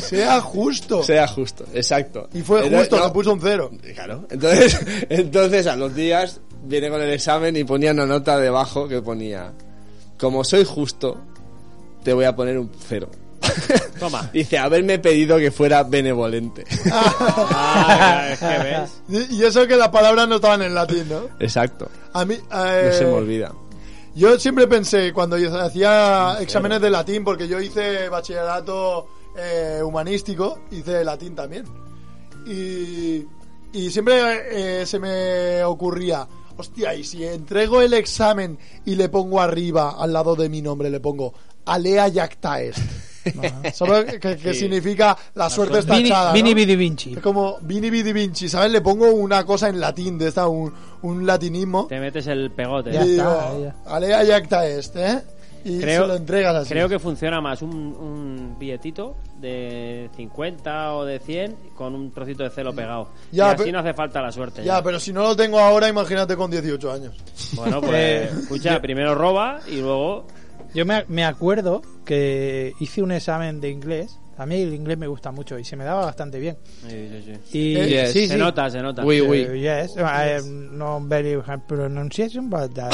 Sea justo.
Sea justo, exacto.
Y fue
Entonces,
justo,
no,
le puso un cero.
Claro. Entonces, entonces a los días viene con el examen y ponía una nota debajo que ponía, como soy justo, te voy a poner un cero.
Toma.
Dice, haberme pedido que fuera benevolente.
Ah, es que ves.
Y y eso que las palabras no estaban en latín, ¿no?
Exacto.
A mí...
No
eh,
se me olvida.
Yo siempre pensé, cuando yo hacía exámenes de latín, porque yo hice bachillerato eh, humanístico, hice latín también. Y, y siempre eh, se me ocurría, hostia, y si entrego el examen y le pongo arriba, al lado de mi nombre, le pongo Alea Jacta est. ¿Sabes qué, qué
Sí.
significa la suerte está
Vini,
echada?
Vini
¿no?
Vidi Vinci.
Es como Vini Vidi Vinci, ¿sabes? Le pongo una cosa en latín, de esta, un, un latinismo.
Te metes el pegote.
Ya
Y digo,
está, ya.
Alea ya está este, ¿eh? Y se lo entregas así.
creo que funciona más un, un billetito de 50 o de 100 con un trocito de celo pegado.
Ya,
y así
pe-
no hace falta la suerte.
Ya,
Ya,
pero si no lo tengo ahora, imagínate con 18 años.
Bueno, pues escucha, primero roba y luego
Yo me, me acuerdo que hice un examen de inglés. A mí el inglés me gusta mucho y se me daba bastante bien. Y
Eh, yes.
sí,
se
sí.
nota, se nota.
Uy, uy.
Uh, yes, I am not very happy pronunciation, but uh,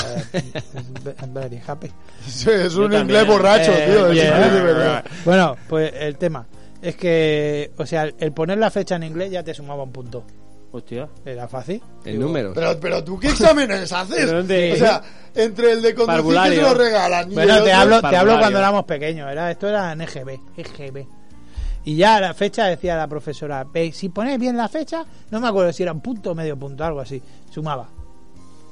I'm very happy.
Sí, es
Yo
un
también.
inglés borracho,
Eh,
tío. es
yeah.
inglés de verdad.
Bueno, pues el tema es que, o sea, el poner la fecha en inglés ya te sumaba un punto.
Hostia.
Era fácil.
En números.
Pero, pero tú, ¿qué exámenes haces?
¿Pero dónde?
O sea, entre el de conducir que se
Parvulario.
lo regalan. y el
Bueno, te
otro-
hablo, te
parvulario.
hablo cuando éramos pequeños, era, esto era en EGB, EGB. Y ya a la fecha decía la profesora, "Ve, si ponéis bien la fecha, no me acuerdo si era un punto o medio punto, algo así, sumaba.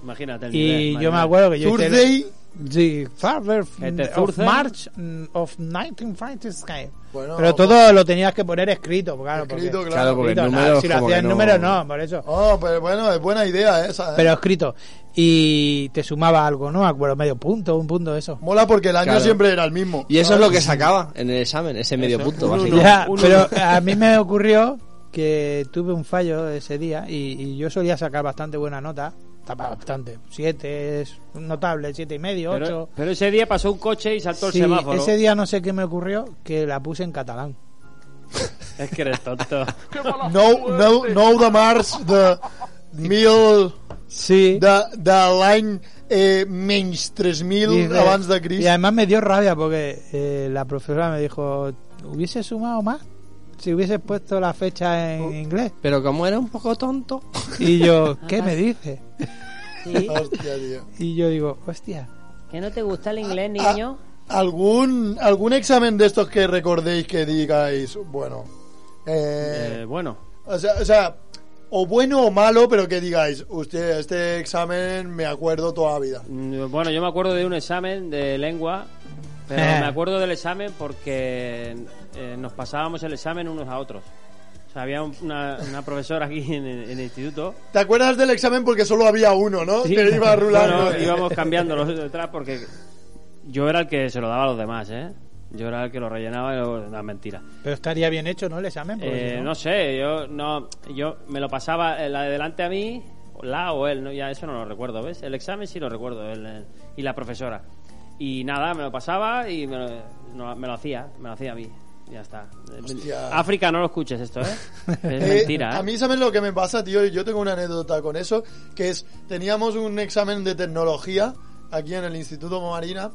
Imagínate el nivel,
Y
madre
yo me
mía.
acuerdo que yo hice el-
Thursday.
Sí, Father of
Que te
of
zurcen.
March mm, of 1955.
Bueno,
Pero todo lo tenías que poner escrito, claro. porque-
Escrito,
Claro,
claro.
porque
escrito,
en
nada,
números
si lo
como
hacías
que
en
no-
números, no, por eso.
Oh, pero bueno, es buena idea esa. ¿eh?
Pero escrito. Y te sumaba algo, ¿no? Me acuerdo, medio punto, un punto de eso.
Mola porque el año
Claro.
siempre era el mismo.
Y eso es lo que sacaba en el examen, ese medio punto, básicamente.
Ya, pero a mí me ocurrió que tuve un fallo ese día y, y yo solía sacar bastante buena nota. Tapa bastante. Siete es notable, siete y medio,
Pero,
ocho.
pero ese día pasó un coche y saltó
Sí,
el semáforo.
ese día no sé qué me ocurrió que la puse en catalán.
Es que eres tonto.
No, no, no the Mars, the mil...
Sí.
de, de l'any eh, menys 3.000
Dice-
abans de Crist.
Y además me dio rabia porque eh, la profesora me dijo, ¿hubiese sumado más? Si hubieses puesto la fecha en inglés.
Pero como era un poco tonto.
Y yo, ¿qué me dices?
Hòstia, tio.
Y yo digo, hostia.
¿Que no te gusta el inglés,
Ah,
niño?
algun, algun examen d'estos que recordéis que digáis, bueno... Eh,
Eh, bueno,
o sea, o sea, o bueno o malo, pero que digáis, usted, este examen me acuerdo toda la vida.
Mm, Bueno, yo me acuerdo de un examen de lengua, pero
Eh.
me acuerdo del examen porque eh, nos pasábamos el examen unos a otros. O sea, había un- una, una profesora aquí en, el- en el instituto.
¿Te acuerdas del examen porque solo había uno, no?
Sí.
Te iba rulando.
Bueno, íbamos cambiando los detrás porque yo era el que se lo daba a los demás, ¿eh? Yo era el que lo rellenaba y luego... No, mentira.
Pero estaría bien hecho, ¿no? El examen. porque
Eh,
si no-
no sé, yo no, yo me lo pasaba eh, la de delante a mí, o la o él, no, ya eso no lo recuerdo, ¿ves? El examen sí lo recuerdo, él, eh, y la profesora. Y nada, me lo pasaba y me lo, no, me lo hacía, me lo hacía a mí. Ya está.
Hostia.
África, no lo escuches esto, ¿eh? Es
Eh,
mentira, ¿eh?
A mí, ¿sabes lo que me pasa, tío? Yo tengo una anécdota con eso, que es, teníamos un examen de tecnología aquí en el Instituto Marina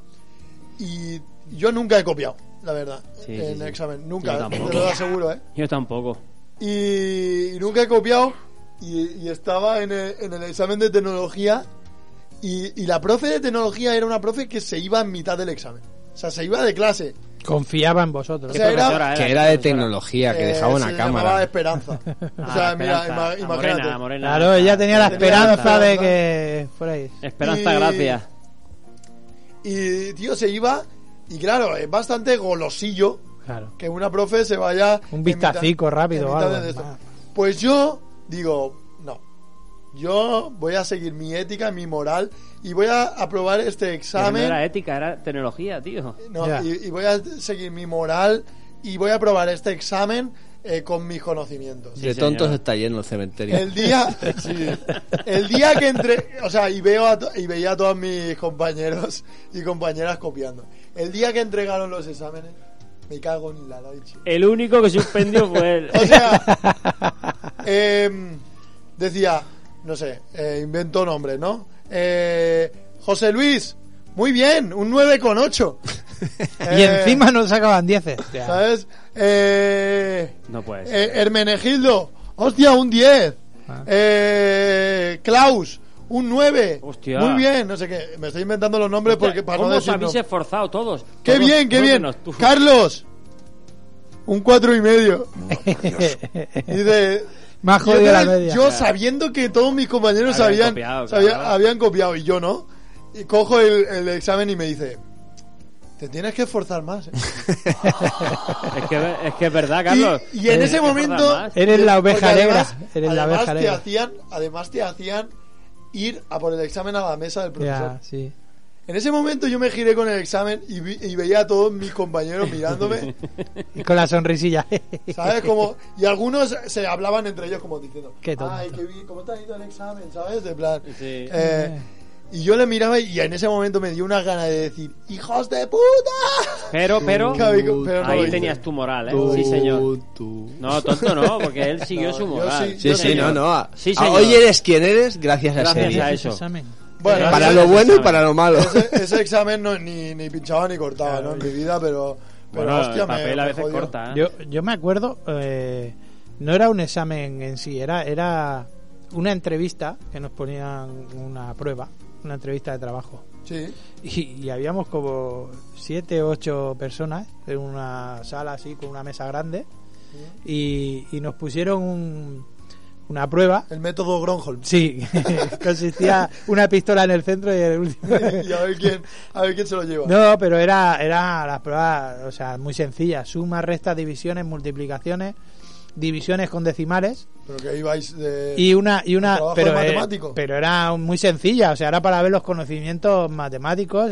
y yo nunca he copiado, la verdad,
Sí,
en
sí, sí.
examen.
Yo
Nunca, te
tampoco.
lo aseguro, ¿eh?
Yo tampoco.
y, y nunca he copiado y, y estaba en el, en el examen de tecnología y, y la profe de tecnología era una profe que se iba en mitad del examen. O sea, se iba de clase.
Confiaba en vosotros.
O sea, era-
profesora
Que
qué
era de
profesora?
tecnología, que dejaba
Eh,
una
se llamaba
cámara.
Esperanza.
Ah,
O sea, mira,
Esperanza,
ima-
a
imagínate.
Morena, a Morena.
Claro, ella tenía
Tenía
la
la
esperanza de
esperanza.
que fuera ahí.
Esperanza,
Y-
gracias.
Y tío se iba y claro, es bastante golosillo
Claro.
que una profe se vaya
Un
en
vistacico rápido
en
o
mitad
algo.
de esto.
Ah.
Pues yo digo, no. Yo voy a seguir mi ética, mi moral y voy a aprobar este
Pero No
examen.
era ética, era tecnología, tío.
No,
Ya.
y, y voy a seguir mi moral y voy a aprobar este examen eh, con mis conocimientos.
De
Sí,
tontos
señor.
está lleno el cementerio.
El día, sí. el día que entré, o sea, y veo a to- y veía a todos mis compañeros y compañeras copiando. El día que entregaron los exámenes, me cago en la leche.
El único que suspendió fue él.
O sea, em, decía, no sé, eh, invento nombre, ¿no? Eh, José Luis, muy bien, un 9,8.
Y encima no sacaban 10. Hostia.
¿Sabes? Eh,
No puede ser.
eh, Hermenegildo, hostia, un 10.
Ah.
Eh, Klaus, un 9.
Hostia.
Muy bien, no sé qué. Me estoy inventando los nombres porque para
¿Cómo
no
os
decir.
habéis
no.
esforzado todos?
Qué
Todos,
bien, qué
todos
bien.
menos tú.
Carlos, un 4 y medio. Dice.
Me ha
yo
jodido
era-
la media.
Yo sabiendo que todos mis compañeros
Habían
habían,
copiado,
sabía-
claro.
habían copiado y yo no, y cojo el, el examen y me dice: Te tienes que esforzar más. ¿eh".
Es que, es que es verdad, Carlos.
Y, y en
Eh,
ese
¿te acuerdas
momento.
más?
Eres la
porque
oveja negra,
además-
eres la
además
oveja
te
negra.
hacían, además te hacían ir a por el examen a la mesa del profesor.
Ya, sí.
En ese momento yo me giré con el examen y, vi- y veía a todos mis compañeros mirándome,
Y con la sonrisilla.
¿sabes? Como, y algunos se hablaban entre ellos como diciendo,
Qué tonto.
ay, qué bien, ¿cómo te ha ido el examen? ¿Sabes? De plan...
Sí.
eh, y yo le miraba y en ese momento me dio una gana de decir, ¡hijos de puta!
Pero, pero.
Cabico, pero no lo
ahí
hice.
tenías tu moral, ¿eh?
Tú,
Sí, señor.
tú.
No, tonto no, porque él siguió
No,
su
yo
moral.
sí-
Sí,
yo
sí, no,
señor.
no. a-
Sí,
a-
señor.
hoy eres quien eres gracias a
Gracias
ese
a
día.
eso.
Examen.
Bueno,
Para
ese-
lo bueno y para lo malo. Este
ese, ese examen no, ni, ni pinchaba ni cortaba, ¿no? En mi vida, pero... Pero
Bueno,
hostia, me-
el papel
me
a veces
jodió.
corta, ¿eh?
Yo, yo me acuerdo, eh, no era un examen en sí, era, era una entrevista que nos ponían una prueba, una entrevista de trabajo.
Sí.
Y, y habíamos como siete o ocho personas en una sala así con una mesa grande y, y nos pusieron un- una prueba.
El método Gronholm.
Sí, consistía una pistola en el centro y el último.
y a ver quién, a ver quién se lo lleva.
No, pero era, era las pruebas, o sea, muy sencillas. Sumas, restas, divisiones, multiplicaciones, divisiones con decimales
Pero que ibais de...
y una y una
trabajo de
pero eh,
matemático.
pero era muy sencilla, o sea, era para ver los conocimientos matemáticos.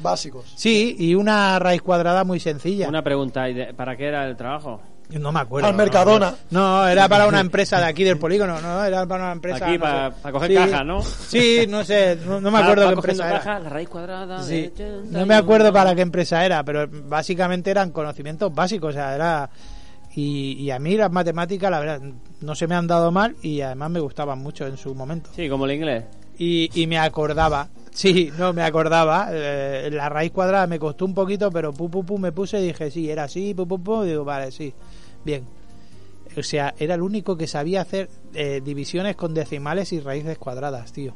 básicos.
Sí, y una raíz cuadrada muy sencilla.
Una pregunta, ¿y de- ¿para qué era el trabajo?
No me acuerdo.
Al
no,
Mercadona.
No, era para una empresa de aquí del polígono, no, era para una empresa
Aquí,
no
para
sé.
coger
Sí.
caja, ¿no?
Sí, no sé, no, no me acuerdo
Va- Ah, va cogiendo
qué empresa era.
caja, la raíz cuadrada.
Sí,
de 81.
no me acuerdo para qué empresa era, pero básicamente eran conocimientos básicos, o sea, era... Y, y a mí las matemáticas, la verdad, no se me han dado mal y además me gustaban mucho en su momento.
Sí, como el inglés.
Y, y me acordaba, sí, no, me acordaba, eh, la raíz cuadrada me costó un poquito, pero pu, pu, pu, me puse y dije, sí, era así, pu, pu, pu, digo, vale, sí, bien. O sea, era el único que sabía hacer eh, divisiones con decimales y raíces cuadradas, tío.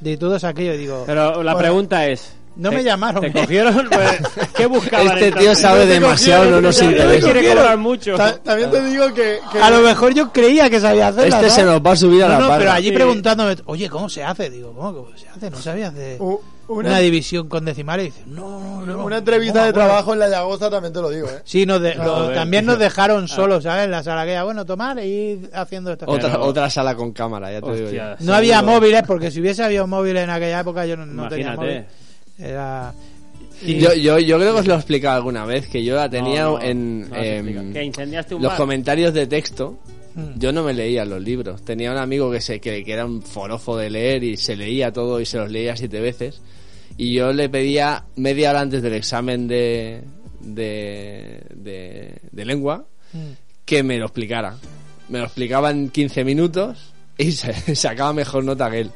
De todos aquellos, digo...
Pero la
Bueno.
pregunta es,
No
Te-
me llamaron.
Te cogieron. pues, ¿Qué buscaban?
Este tío
entonces?
sabe demasiado, no este nos
No le
interesa.
quiere cobrar mucho.
Ta- también te digo que, que-
A lo mejor yo creía que sabía hacerla.
Este se
¿no?
nos va a subir a
No,
la
no,
parra.
pero allí
Sí.
preguntándome, oye, ¿cómo se hace? Digo, ¿cómo, cómo se hace? No sabías de
u-
una,
una,
división con decimales. Dice, no, no, no.
una entrevista
Una,
de
una.
trabajo en la Llagosta también te lo digo, ¿eh?
Sí, nos de- lo-
Joder.
también nos dejaron solos, ¿sabes? En la sala aquella, bueno, tomar y ir haciendo esto.
Otra,
Pero-
otra sala con cámara, ya te digo. yo.
Hostia,
No había móviles, porque si hubiese habido móviles en aquella época yo no, no tenía móvil.
Imagínate.
Era...
Yo, yo, yo creo que os lo he explicado alguna vez, que yo la tenía
No, no,
en,
no has
em,
explicado. Que incendiaste un
los
bar. Hmm.
comentarios de texto.
Mm.
Yo no me leía los libros. Tenía un amigo que, se, que, que era un forofo de leer y se leía todo y se los leía siete veces. Y yo le pedía media hora antes del examen de, de, de, de lengua
Hmm.
Mm.
que me lo explicara. Me lo explicaba en 15 minutos y se- sacaba mejor nota que él.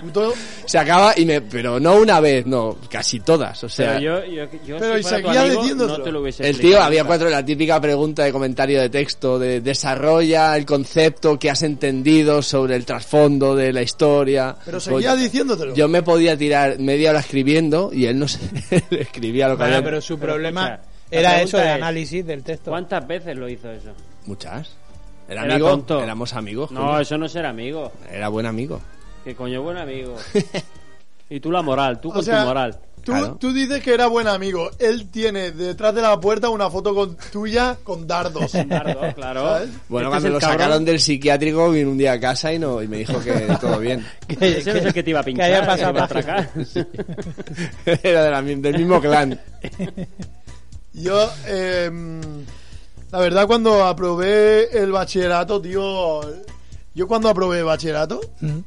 Puto-
Sacaba y me... Pero no una vez, no, casi todas. O sea,
Pero yo, yo, yo
Pero
si fuera tu
seguía
amigo,
diciéndoselo.
no te lo hubiese
El tío
explicado.
había cuatro, la típica pregunta de comentario de texto, de desarrolla el concepto que has entendido sobre el trasfondo de la historia.
Pero
Pues,
seguía diciéndotelo.
Yo me podía tirar media hora escribiendo y él no se él escribía lo que
Bueno,
había.
pero su
Pero
problema
escucha, la
era
pregunta
eso de
es,
análisis del texto.
¿Cuántas veces lo hizo eso?
Muchas. Era,
Era
amigo,
tonto.
éramos amigos.
No,
coño.
eso no es ser amigo.
Era buen amigo.
Que coño, buen amigo. y tú la moral, tú
O
con
sea,
tu moral.
Tú,
Claro.
tú dices que era buen amigo. Él tiene detrás de la puerta una foto con, tuya con dardos.
Dardo, claro.
¿Sabes?
Bueno,
Este es
cuando
el
lo
cabrón.
sacaron del psiquiátrico, vino un día a casa y, no, y me dijo que todo bien.
Que-
Ese no es el que te iba a pinchar.
haya
el que
pasado
iba a
página.
atracar.
Era de la mi- del mismo clan.
Yo, eh, la verdad, cuando aprobé el bachillerato, tío. Yo cuando aprobé el bachillerato,
Mm.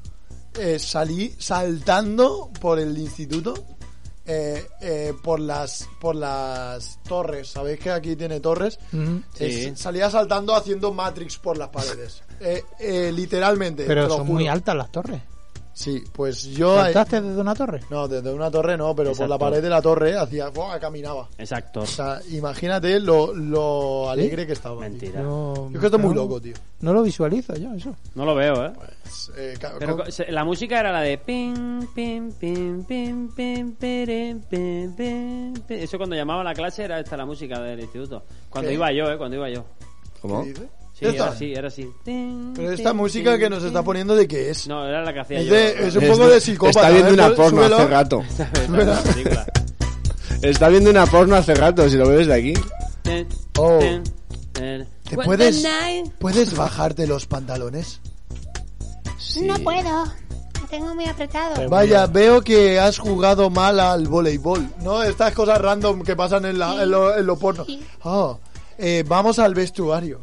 eh, salí saltando por el instituto, eh, eh, por las por las torres. Sabéis que aquí tiene torres.
Mm.
Eh, salía saltando haciendo Matrix por las paredes. Eh, eh, literalmente. te
Pero
lo
son
juro.
muy altas las torres.
Sí, pues yo.
¿Saltaste desde una torre?
No, desde una torre no, pero por la
Exacto.
pared de la torre hacía. ¡buah! Caminaba.
Exacto.
O sea, imagínate lo, lo alegre que estaba. tío.
Mentira.
Yo,
Yo es que estoy muy
no-
loco, tío.
No lo visualizo yo, eso.
No lo veo, ¿eh?
Eh, ca-
Pero
con-
co- se- la música era la de pim, pim, pim, pim, pim, pirim, pim, pim, pim. Eso cuando llamaba a la clase era esta la música del instituto. Cuando
¿Qué?
iba yo, ¿eh? Cuando iba yo.
¿Cómo?
¿qué dices?
Sí,
Esta.
era así, era así. Tin,
Pero
tin,
esta música
tin,
que nos está
tin.
poniendo de qué es.
No, era la que hacía
Es
yo.
de- es un
Es-
poco de psicópata.
Está viendo
¿eh?
una
Tú-
porno
súbelo.
hace rato.
Esta película.
Está viendo una porno hace rato, si lo ves de aquí.
Tin,
Oh.
tin, tin.
¿Te
What
puedes,
the night?
puedes bajarte los pantalones?
No puedo. Lo tengo muy apretado.
Vaya, veo que has jugado mal al voleibol, ¿no? Estas cosas random que pasan en, la, en, lo, en lo porno.
Sí.
Oh, eh, vamos al vestuario.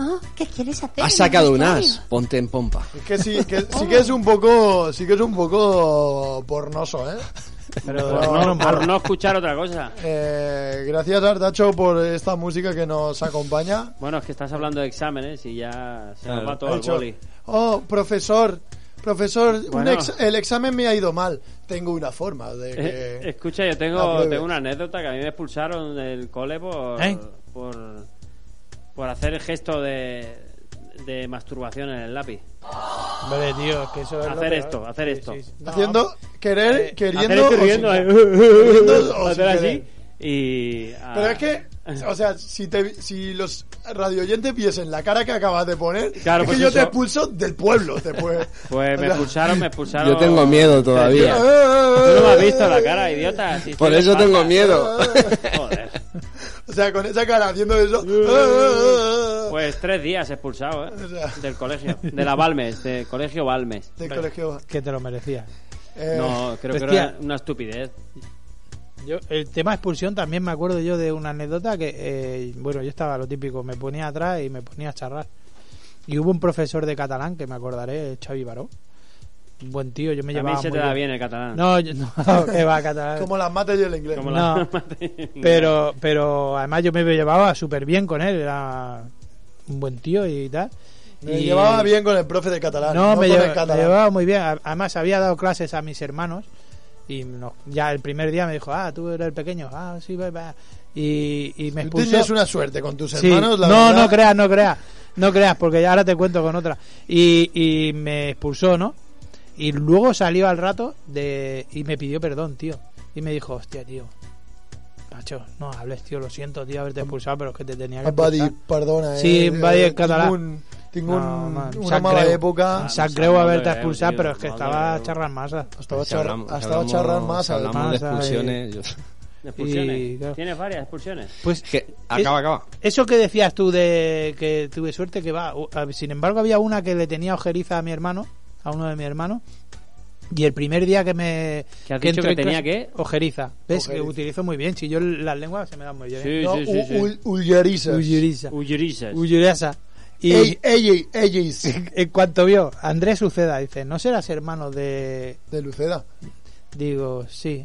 Oh, ¿Qué quieres hacer?
Has sacado un
Ay,
as, ponte en pompa.
Es que sí, que, sí que es un poco, sí que es un poco pornoso, ¿eh?
Pero
Bueno,
no,
Por no escuchar otra cosa.
Eh, gracias Artacho por esta música que nos acompaña.
Bueno, es que estás hablando de exámenes y ya se nos va todo
Ha
el
dicho,
boli.
oh, profesor, profesor, un
Bueno.
ex- el examen me ha ido mal. Tengo una forma de
Eh,
que...
escucha, yo tengo,
apruebe.
tengo una anécdota que a mí me expulsaron del cole por,
¿Eh?
por, por hacer el gesto de, de masturbación en el lápiz.
Vale, tío, es que eso es lo
Hacer
peor.
esto, hacer esto.
No,
Haciendo, querer,
eh,
queriendo...
hacer esto
o
riendo,
sin-
eh,
o sin
hacer así
querer.
y... ah,
Pero es que, o sea, si, te, si los radioyentes viesen la cara que acabas de poner,
Claro,
es
pues
que yo te
eso.
expulso del pueblo después.
Pues me expulsaron, me expulsaron...
Yo tengo miedo
Eh,
todavía.
Tú no me has visto la cara, idiota. si
Por
estoy
eso
de
tengo
espalda.
miedo.
Joder.
O sea, con esa cara haciendo
Eh,
eso...
Pues tres días expulsado, ¿eh?
O sea.
Del colegio. De la Balmes, del colegio Balmes.
Del colegio.
Que te lo merecías.
Eh,
No, creo que
Hostia.
era una estupidez.
Yo, el tema expulsión también me acuerdo yo de una anécdota que, eh, bueno, yo estaba lo típico, me ponía atrás y me ponía a charlar. Y hubo un profesor de catalán, que me acordaré, el Xavi Baró. Un buen tío, yo me
A
llevaba
mí se
muy
te da
bien.
bien el catalán.
No, yo- no, que va, catalán.
Como las mates y el inglés.
Como
No.
la-
pero pero además yo me llevaba súper bien con él era un buen tío y tal
Me
Y-
llevaba bien con el profe de catalán. No,
no,
con
me, lleva-
el
me
catalán.
llevaba muy bien A- además había dado clases a mis hermanos y nos- ya el primer día me dijo ah tú eres el pequeño ah sí va, va". y, y me
Tú
expulsó
tenías una suerte con tus
Sí.
hermanos, la
no,
verdad.
no creas, no creas. No creas, porque ya ahora te cuento con otra. Y, y me expulsó, ¿no? Y luego salió al rato de y me pidió perdón, tío. Y me dijo, hostia, tío. Macho, no hables, tío, lo siento, tío, haberte expulsado, pero es que te tenía que
Eh, Buddy,
expulsar.
perdona.
Sí,
eh,
Buddy es catalán.
Tinc, un, tinc
No,
un,
man,
una
sap
mala
greu.
època.
Ah,
Sap
no,
greu
no,
haver-te
no,
expulsat,
no,
però és que
no,
estaba
no.
xerrant massa.
Estava,
pues Si
xerrant,
hablamos-
estava
hablamos-
xerrant massa.
si hablamos de
Massa,
expulsiones. yo-
Expulsiones.
Y, claro.
Tienes varias expulsiones.
Pues
Es que acaba, acaba.
Eso que decías tú de que tuve suerte que va. o- a- Sin embargo, había una que le tenía ojeriza a mi hermano, a uno de mi hermano. Y el primer día que me.
¿Que has dicho
entré
que
en
tenía
clase-
qué?
Ojeriza. ¿Ves?
Ojeriza.
Que utilizo muy bien. Si yo las lenguas se me dan muy bien. ¿eh?
Sí,
No,
sí,
u-
sí. sí.
ull- ullerisses.
Ulluriza.
Ullerizas.
Ulluriza. Y
Ell, ell, ellis.
en cuanto vio a Andrés Uceda, dice: ¿No serás hermano de.?
De Luceda.
Digo, sí.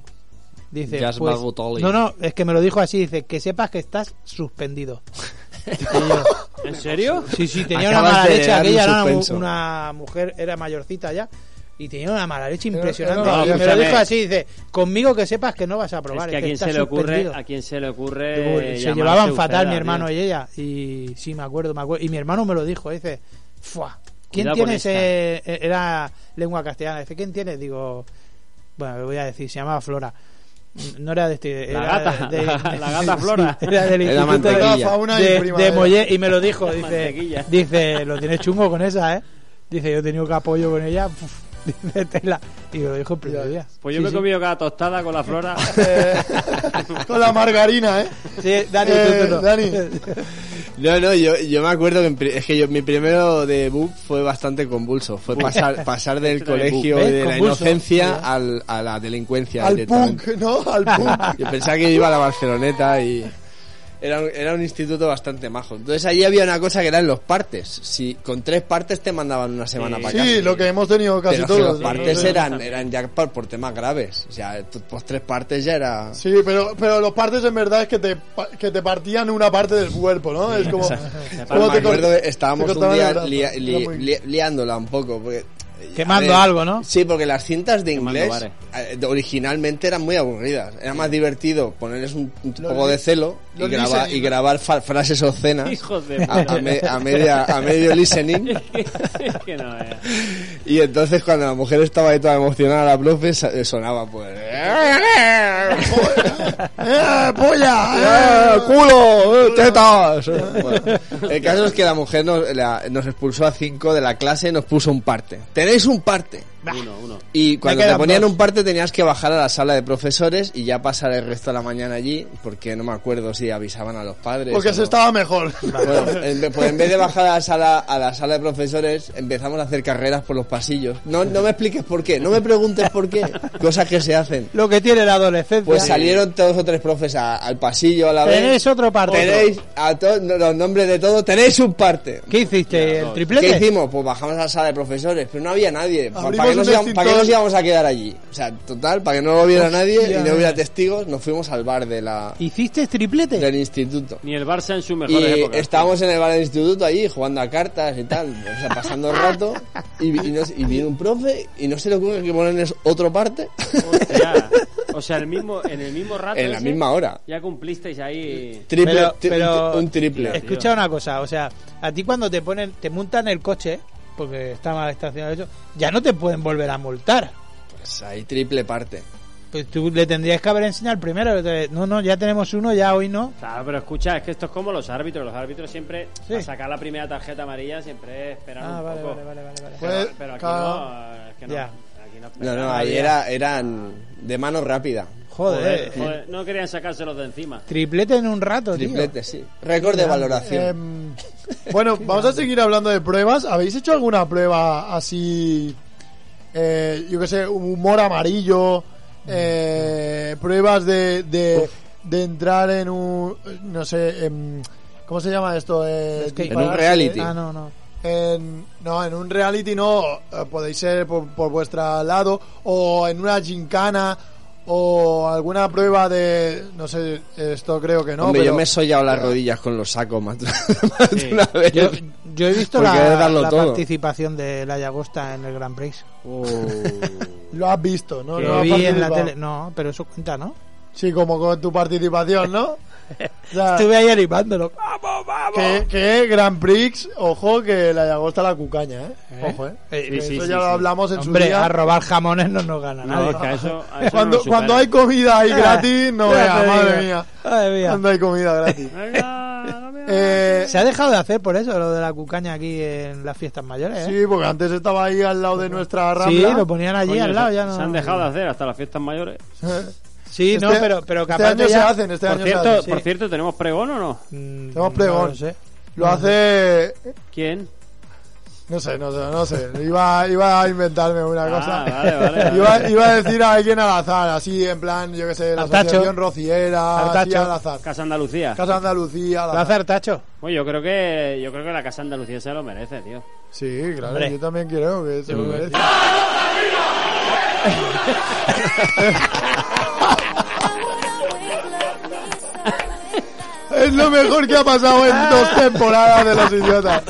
Dice,
Just
pues,
Bagotoli.
no, no, es que me lo dijo así, dice, que sepas que estás suspendido. Y yo,
¿En serio?
Sí, sí, tenía
Acabas
una mala
de
leche
dar un
aquella, era una,
suspenso.
una mujer, era mayorcita ya, y tenía una mala leche
Era-
impresionante.
era una
Y me lo
escúchame.
dijo así, dice, conmigo que sepas que no vas a
eh, Es
probar.
que a quien
estás
se le ocurre,
suspendido".
a quien se le
Digo,
ocurre.
se
llamarse
llevaban
Uceda,
fatal mi
tío?
hermano y ella, y sí, me acuerdo, me acuerdo. Y mi hermano me lo dijo, dice, fuá, ¿quién
Cuidado
tiene
con
ese...? eh, Era lengua castellana, dice, ¿quién tiene? Digo, bueno, le voy a decir, se llamaba Flora. No era de este...
La
era
gata,
de-
la, la gata Flora.
Era del
Era
Instituto de-
mantequilla.
Fauna y
de,
primavera.
de Mollet, y me lo dijo, dice,
Mantequilla.
dice, lo tienes chungo con esa, ¿eh? Dice, yo he tenido que apoyo con ella, puf, dice tela, y me lo dijo el primer
Ya.
día.
Pues yo
Sí,
me he
sí.
comido cada tostada con la Flora.
Eh, con la margarina, eh?
Sí, Dani,
Eh,
tú, tú no.
Dani.
No, no, yo, yo me acuerdo que en pri- es que yo, mi primero debut fue bastante convulso. Fue pasar, pasar del colegio
¿Ves?
y de la
Convulso.
inocencia al, a la delincuencia.
Al
directamente.
punk, no? Al punk.
Yo pensaba que iba a la Barceloneta y era un, era un instituto bastante majo. Entonces allí había una cosa que eran los partes. Si con tres partes te mandaban una semana para casa.
Sí, lo que hemos tenido casi
Pero es que
todos.
los partes
Sí.
eran, eran ya por, por temas graves. O sea, t- pues tres partes ya era...
Sí, pero, pero los partes en verdad es que te, pa- que te partían una parte del cuerpo, ¿no? Es como... como
Ah, me
te cor-
acuerdo,
te
estábamos un
cortaban el
día
brazo.
lia- li-
Era muy-
li- liándola un poco. Porque, eh,
Quemando
a ver,
algo, ¿no?
Sí, porque las cintas de
Quemando
inglés
bares.
eh, originalmente eran muy aburridas. Era más divertido ponerles un, un poco de celo y,
los
grabar y
listening.
grabar fa- frases obscenas
Hijos de
a,
puta.
a me- a media, a medio listening.
Es que no, eh.
Y entonces cuando la mujer estaba ahí toda emocionada, la profe sa- eh, sonaba pues...
¡Eh, polla!
¡Eh,
¡Eh,
culo! ¡Eh, tetas! Bueno, el caso es que la mujer nos, la- nos expulsó a cinco de la clase y nos puso un parte. Tenéis un parte.
Uno, uno.
Y cuando
Me
te
quedan
ponían
dos.
un parte tenías que bajar a la sala de profesores y ya pasar el resto de la mañana allí, porque no me acuerdo si avisaban a los padres.
Porque
o
se
no.
estaba mejor.
Bueno, en vez, pues en vez de bajar a la, sala, a la sala de profesores, empezamos a hacer carreras por los pasillos. No, no me expliques por qué, no me preguntes por qué. Cosas que se hacen.
Lo que tiene la adolescencia.
Pues salieron todos o tres profes a- al pasillo a la vez.
Tenéis otro parte.
Tenéis a todos no, los nombres de todos, tenéis un parte.
¿Qué hiciste? ¿El triplete?
¿Qué hicimos? Pues bajamos a la sala de profesores, pero no había nadie. Pa- ¿Para
Abrimos
qué, nos
un
íbamos, para qué
extintor.
nos íbamos a quedar allí? O sea, total, para que no lo viera nadie y no
Hostia.
hubiera testigos, nos fuimos al bar de la,
¿Hiciste triplete?
del instituto.
Ni el Barça en sus mejores
Y
épocas.
estábamos en el bar del instituto ahí jugando a cartas y tal, o sea, pasando el rato. Y, vi- y nos- y viene un profe y no se le ocurre que ponen otro parte
Hostia. O sea, el mismo, en el mismo rato.
en la
ese,
misma hora.
Ya cumplisteis ahí.
Triple,
Pero-
tri-
pero-
un triple.
Es-
Escucha una cosa, o sea, a ti cuando te ponen, te montan el coche, porque está mal estacionado eso, ya no te pueden volver a multar.
Pues ahí triple parte.
Pues tú le tendrías que haber enseñado el primero. te- No, no, ya tenemos uno, ya hoy no.
Claro, pero escucha, es que esto es como los árbitros. Los árbitros siempre,
Sí.
a sacar la primera tarjeta amarilla, siempre esperan
Ah,
un
vale,
poco.
vale, vale, vale, vale.
Pero,
Pues,
pero aquí
claro.
no. Es que no.
Ya.
Aquí no,
No, no,
Ah,
esperan.
ahí era, eran de mano rápida.
Joder,
Joder, joder, Pues, no querían sacárselos de encima.
triplete en un rato, tío. eh,
Triplete, sí. Récord de valoración.
Em, bueno, vamos a seguir hablando de pruebas. ¿Habéis hecho alguna prueba así? eh, yo qué sé, humor amarillo. eh, pruebas de, de, de entrar en un. No sé. em, ¿Cómo se llama esto? Eh,
Es que- En
en un
dispararse-
reality.
Ah, no, no.
En- no, en un reality no. eh, Podéis ser por, por vuestro lado. O en una gincana. O alguna prueba de. No sé, esto creo que no.
Hombre, yo
pero-
me he sollado las rodillas con los sacos más, de- más de una vez.
Yo, yo he visto
Por querer
la,
darlo
la
todo.
participación de la Yagosta en el Grand Prix.
Lo has visto, ¿no?
que
No has
vi en la
participado.
tele. No, pero eso cuenta, ¿no?
Sí, como con tu participación, ¿no? O sea,
Estuve ahí animándolo. ¡Vamos, vamos!
que, que Grand Prix, ojo, que la llagosta la cucaña, ¿eh? Ojo, ¿eh?
Eh,
Que
sí, sí,
eso
sí,
ya lo
sí.
hablamos en su
Hombre,
día.
a robar jamones no nos gana
No,
nadie.
es que a eso, a eso
cuando,
no lo
cuando hay
supera.
comida ahí
Eh,
gratis, no
ya
veas,
te
madre
digo.
mía.
Madre mía.
Cuando hay comida gratis.
Venga,
Eh,
Se ha dejado de hacer por eso lo de la cucaña aquí en las fiestas mayores, ¿eh?
sí, porque antes estaba ahí al lado de nuestra rambla.
Sí, lo ponían allí
Coño,
al lado,
se-
ya no. Este
Se han dejado de hacer hasta las fiestas mayores.
Sí, no,
Este-
pero, pero
este
capaz
año se hacen, este
Por
año se
cierto,
hacen.
por cierto, ¿tenemos pregón o no?
Tenemos
Tenemos
pregón.
Mm, No sé.
Lo hace...
¿Quién?
No sé, no sé, no sé. Iba, iba a inventarme una
Ah,
cosa.
vale, vale, vale.
Iba, iba a decir a alguien al azar, así en plan, yo que sé, la
Artacho.
asociación rociera, así
Artacho.
al azar.
Casa Andalucía.
Casa Andalucía, al
¿Lo
azar.
hace Artacho?
Oye, yo creo que yo creo que la Casa Andalucía se lo merece, tío.
Sí, claro,
Hombre.
yo también creo que se lo merece. Es lo mejor que ha pasado
Ah.
en dos temporadas de los idiotas.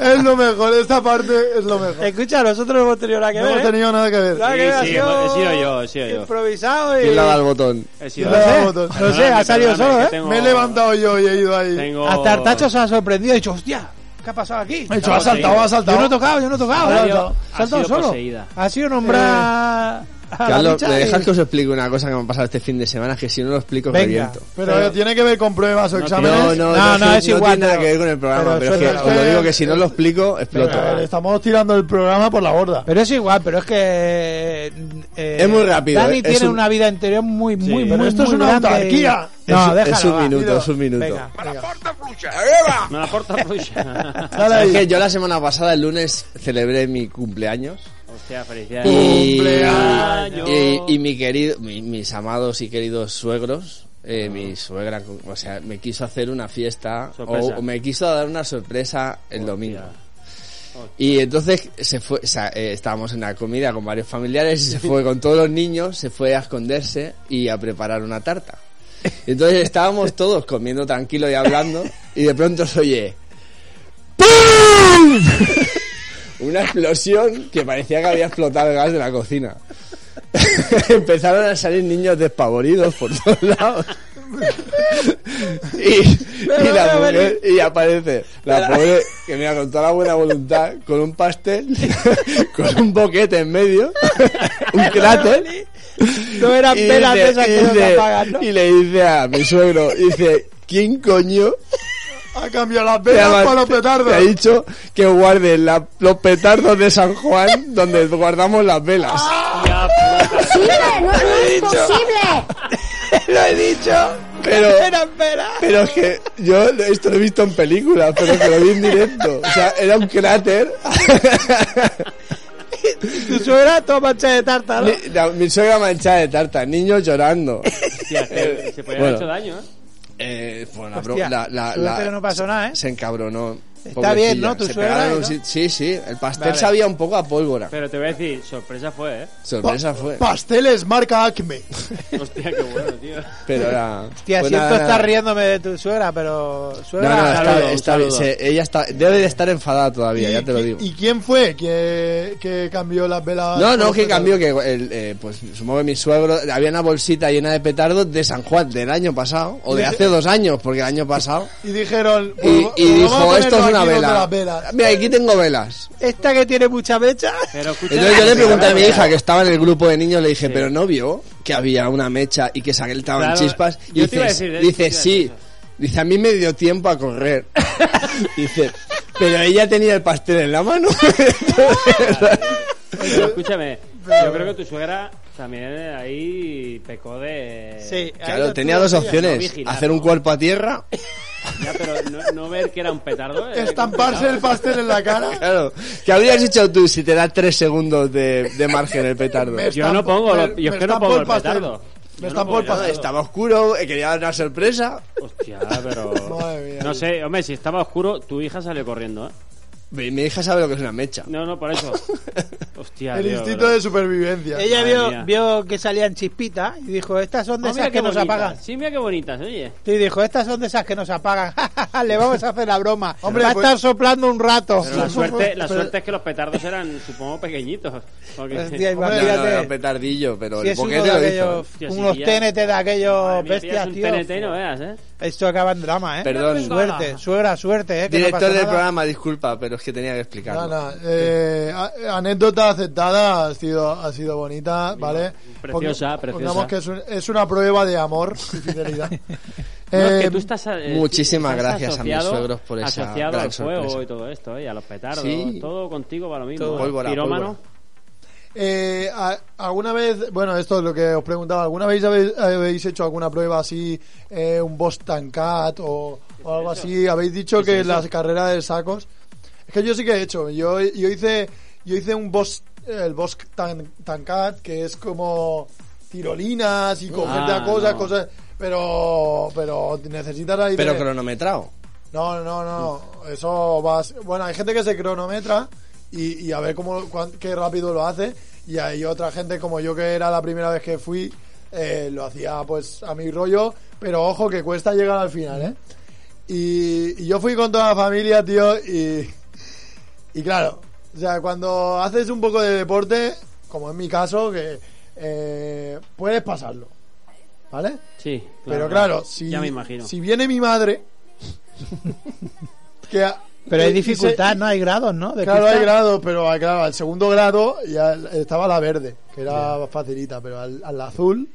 Es lo mejor, esta parte es lo mejor.
Escucha, nosotros no hemos tenido nada que
No
ver.
hemos
¿eh?
tenido nada que ver.
Nada que ver, ha
sí,
sido
he sido yo, he sido yo.
Improvisado y.
¿Quién le ha dado el botón?
He
Yo
sido
le he
yo.
dado botón.
No sé, ha salido
Perdóname,
solo,
que
¿eh?
tengo-
Me he levantado yo y he ido ahí.
Tengo-
Hasta Artacho se ha sorprendido y ha dicho, hostia, ¿qué ha pasado aquí?
He dicho, ha saltado, ha
Yo
saltado.
no he tocado, yo no he tocado.
Ha
Ha
sido-
saltado,
ha
saltado
sido
solo.
poseída.
Ha sido nombrar. a la
Carlos,
bicha
¿me
y-
dejas que os explique una cosa que me ha pasado este fin de semana? Que si no lo explico,
Venga.
reviento.
Pero tiene que ver con pruebas o exámenes.
No, no,
No, no,
sí,
es igual,
tiene nada
no.
que ver con el programa,
Pero
pero, es que
suena-
os lo digo que si no lo explico, exploto.
Venga, a ver, estamos tirando el programa por la borda.
Pero es igual, pero es que. eh,
Es muy rápido,
Dani
eh, es
tiene
un-
una vida interior muy, muy,
pero
muy.
esto es
muy
una
grande
autarquía.
y- No,
es,
déjalo.
es un
va.
minuto, es un minuto.
Venga, venga.
Me la porta fluya.
Dale
¿Sabes
ahí.
qué? Yo la semana pasada, el lunes, celebré mi cumpleaños.
Hostia, felicidades.
Y,
¡Cumpleaños!
y- y mi querido, mi- mis amados y queridos suegros, eh, mi suegra, o sea, me quiso hacer una fiesta o,
Sorpresa.
o me quiso dar una sorpresa el domingo. Y entonces se fue, o sea, eh, estábamos en una comida con varios familiares y se fue con todos los niños, se fue a esconderse y a preparar una tarta. Y Entonces estábamos todos comiendo tranquilo y hablando y de pronto se oye ¡Pum! una explosión que parecía que había explotado el gas de la cocina. Empezaron a salir niños despavoridos por todos lados. y, y la mujer- y aparece la pobre que mira con toda la buena voluntad, con un pastel, con un boquete en medio, un cráter.
No eran
Y
velas de
dice-
esas
y
que no se
dice-
apagan, ¿no?
y le dice a mi suegro, dice, ¿quién coño
Ha cambiado las
te
velas
ha-
para los
te ha
petardos.
dicho que guarde la- los petardos de San Juan donde guardamos las velas?
Ah.
Ya,
¡Posible! ¡No, no es posible!
Lo he dicho, pero... Pero es que yo esto lo he visto en películas, pero que lo vi en directo. O sea, era un cráter.
Tu suegra toda mancha de tarta, ¿no?
Mi, la- mi suegra manchada de tarta, niños llorando.
hostia, se, se podía haber
Bueno.
hecho daño, ¿eh?
Eh, fue una
Hostia,
broma. La, la,
suerte
la-
que no pasó nada, ¿eh?
se encabronó.
Está bien, ¿no?
pobrecilla.
Tu
Se
suegra,
pegaron un
¿no?
si- Sí, sí. El pastel
Vale.
sabía un poco a pólvora.
Pero te voy a decir, sorpresa fue, ¿eh?
Sorpresa fue.
Pasteles marca Acme.
Hostia, qué bueno, tío.
Pero era.
Hostia, siento
fue Pues nada,
estar
nada.
riéndome de tu suegra, pero.
No,
Suegra.
no,
Un saludo,
está,
un
está bien.
saludo.
se- ella está, debe de estar enfadada todavía, ya te lo
¿Y-
digo.
¿Y quién fue que, que cambió las
Ah,
velas?
No, no,
Los
que
petardos.
cambió que el, eh, pues supongo que mi suegro había una bolsita llena de petardos de San Juan del año pasado o de hace dos años, porque el año pasado
Y dijeron.
y,
"Pues,
y
vamos a
dijo
ponernos
esto es una
aquí donde
vela.
las velas".
Mira, aquí tengo velas.
Esta que tiene mucha mecha.
Pero escucha,
Entonces yo le pregunté a mi hija que estaba en el grupo de niños, le dije, pero no vio que había una mecha y que saltaban
Claro,
chispas. Y
yo te
dice,
iba a decir, ¿eh?
dice,
Yo te iba a
sí.
decir eso.
Dice, a mí me dio tiempo a correr. dice, pero ella tenía el pastel en la mano.
Pero escúchame, yo creo que tu suegra también ahí pecó de...
Sí,
claro, tenía dos opciones,
vigilar,
hacer un
¿no?
cuerpo a tierra
Ya, pero no, no ver que era un petardo. eh,
Estamparse el pastel en la cara.
Claro, ¿qué habrías hecho tú si te da tres segundos de, de margen el petardo?
Me
Yo no
estampó-
pongo lo-
me-
yo es
me
que no
estampó
pongo
el
el
pastel. Me
petardo. Yo no
pues,
estampó el
pongo el
pastel.
Estaba oscuro, eh, quería dar una sorpresa.
Hostia, pero...
Madre mía.
No sé, hombre, si estaba oscuro, tu hija salió corriendo, ¿eh?
Mi mi hija sabe lo que es una mecha.
No, no, por eso. Hostia,
El
tío, Oh,
instinto
bro.
de supervivencia.
Ella
Madre mía.
vio, vio que salían chispitas y dijo, estas son de
Ah,
esas que nos
bonitas.
apagan.
Sí, mira qué bonitas, oye.
Y dijo, estas son de esas que nos apagan. Le vamos a hacer la broma.
Hombre,
Va a
pues-
estar soplando un rato.
Pero la suerte, la suerte es que los petardos eran, supongo, pequeñitos. Porque-
Pues,
Hostia,
No,
Hombre,
no,
fíjate.
era un petardillo, pero
Si
el
es uno de
boquete lo hizo.
aquellos,
¿eh?
Hostia, si
unos
pillas-
TNT de aquellos
Madre mía, pillas
bestias,
un TNT y
tío.
no veas, ¿eh?
Esto acaba en drama, ¿eh?
Perdón.
Suerte, suegra, suerte, ¿eh? Que no
Ah. Director
pasa
del
nada.
programa, disculpa, pero es que tenía que explicarlo.
No, no, eh, a- anécdota aceptada, ha sido, ha sido bonita, ¿vale?
Preciosa,
Pong-
preciosa.
Pongamos que es, un- es una prueba de amor y fidelidad.
No, es que
Eh,
tú estás, eh,
muchísimas
estás
gracias a mis
asociado-
suegros por esa
asociado
gran
al juego
sorpresa.
y todo esto, eh, a los petardos,
Sí.
todo contigo para lo mismo.
Todo. Pólvora,
Pirómano,
eh, a- ¿Alguna vez, bueno, esto es lo que os preguntaba, ¿alguna vez habéis, habéis hecho alguna prueba así, eh, un Boston Cat o, o algo así? ¿Habéis dicho que las carreras de sacos? Es que yo sí que he hecho, yo, yo hice yo hice un Bos, el Boston Cat, que es como tirolinas y cogerte
Ah,
a cosas,
no.
cosas, pero, pero necesitas ahí...
Pero
de-
cronometrado.
no, no, no. Eso va. a ser- Bueno, hay gente que se cronometra y, y a ver cómo, cuán- qué rápido lo hace. Y hay otra gente como yo que era la primera vez que fui, eh, lo hacía pues a mi rollo. Pero ojo que cuesta llegar al final, ¿eh? Y, y yo fui con toda la familia, tío, y, y claro, o sea, cuando haces un poco de deporte, como en mi caso, que eh, puedes pasarlo, ¿vale?
sí.
Pero claro, si,
Ya me imagino.
si viene mi madre, que a-
Pero
y
hay
se-
dificultad, ¿no? Hay grados, ¿no? De
Claro,
pista.
hay grados, pero ah, claro, al segundo grado ya estaba la verde, que era facilita, pero al, al azul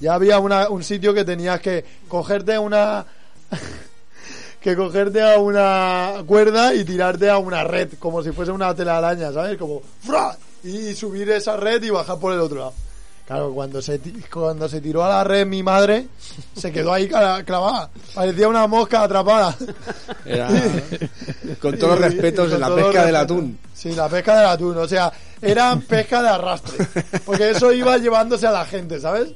ya había una- un sitio que tenías que cogerte una que cogerte a una cuerda y tirarte a una red, como si fuese una telaraña, ¿sabes? Como ¡fra! y subir esa red y bajar por el otro lado. Claro, cuando se ti- cuando se tiró a la red mi madre se quedó ahí cla- clavada, parecía una mosca atrapada.
Era- con todos los
Y-
respetos
y
de
con
la
todos los
pesca del
respetos.
atún.
Sí, la pesca del atún, o sea, era pesca de arrastre, porque eso iba llevándose a la gente, ¿sabes?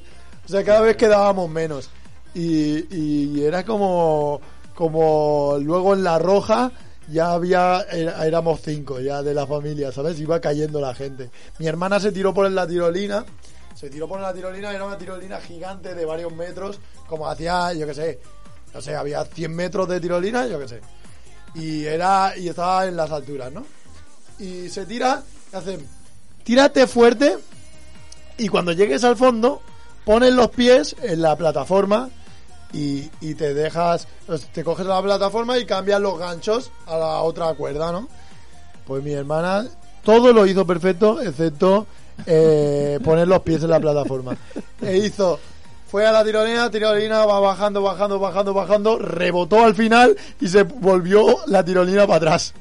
O sea, cada vez quedábamos menos. Y, y era como, como luego en la roja ya había, era- éramos cinco ya de la familia, ¿sabes? Iba cayendo la gente. Mi hermana se tiró por la tirolina, se tiró por la tirolina, era una tirolina gigante de varios metros, como hacía, yo qué sé, no sé, había 100 metros de tirolina, yo qué sé y era y estaba en las alturas, ¿no? Y se tira, y hacen, tírate fuerte y cuando llegues al fondo pones los pies en la plataforma y, y te dejas, pues, te coges la plataforma y cambias los ganchos a la otra cuerda, ¿no? Pues mi hermana todo lo hizo perfecto excepto eh, poner los pies en la plataforma. E hizo fue a la tirolina, tirolina va bajando, bajando, bajando, bajando, rebotó al final y se volvió la tirolina para atrás.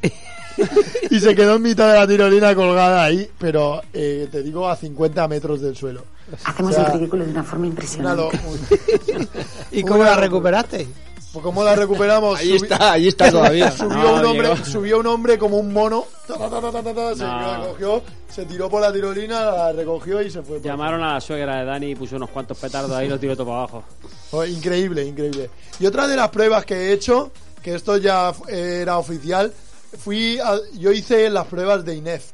y se quedó en mitad de la tirolina colgada ahí, pero eh, te digo a 50 metros del suelo.
Hacemos
O sea,
el ridículo de una forma
Una
impresionante.
lo- un-
¿Y cómo la recuperaste?
pues ¿Cómo la recuperamos?
Ahí
Subi-
está, ahí está todavía.
Subió,
No,
un hombre,
Diego.
subió un hombre como un mono, ta, ta, ta, ta, ta, ta, ta, se
No.
recogió, se tiró por la tirolina, la recogió y se fue. por-
Llamaron a la suegra de Dani y puso unos cuantos petardos ahí y los tiró todo para abajo.
Oh, increíble, increíble. Y otra de las pruebas que he hecho, que esto ya fu- era oficial, fui a- yo hice las pruebas de INEF,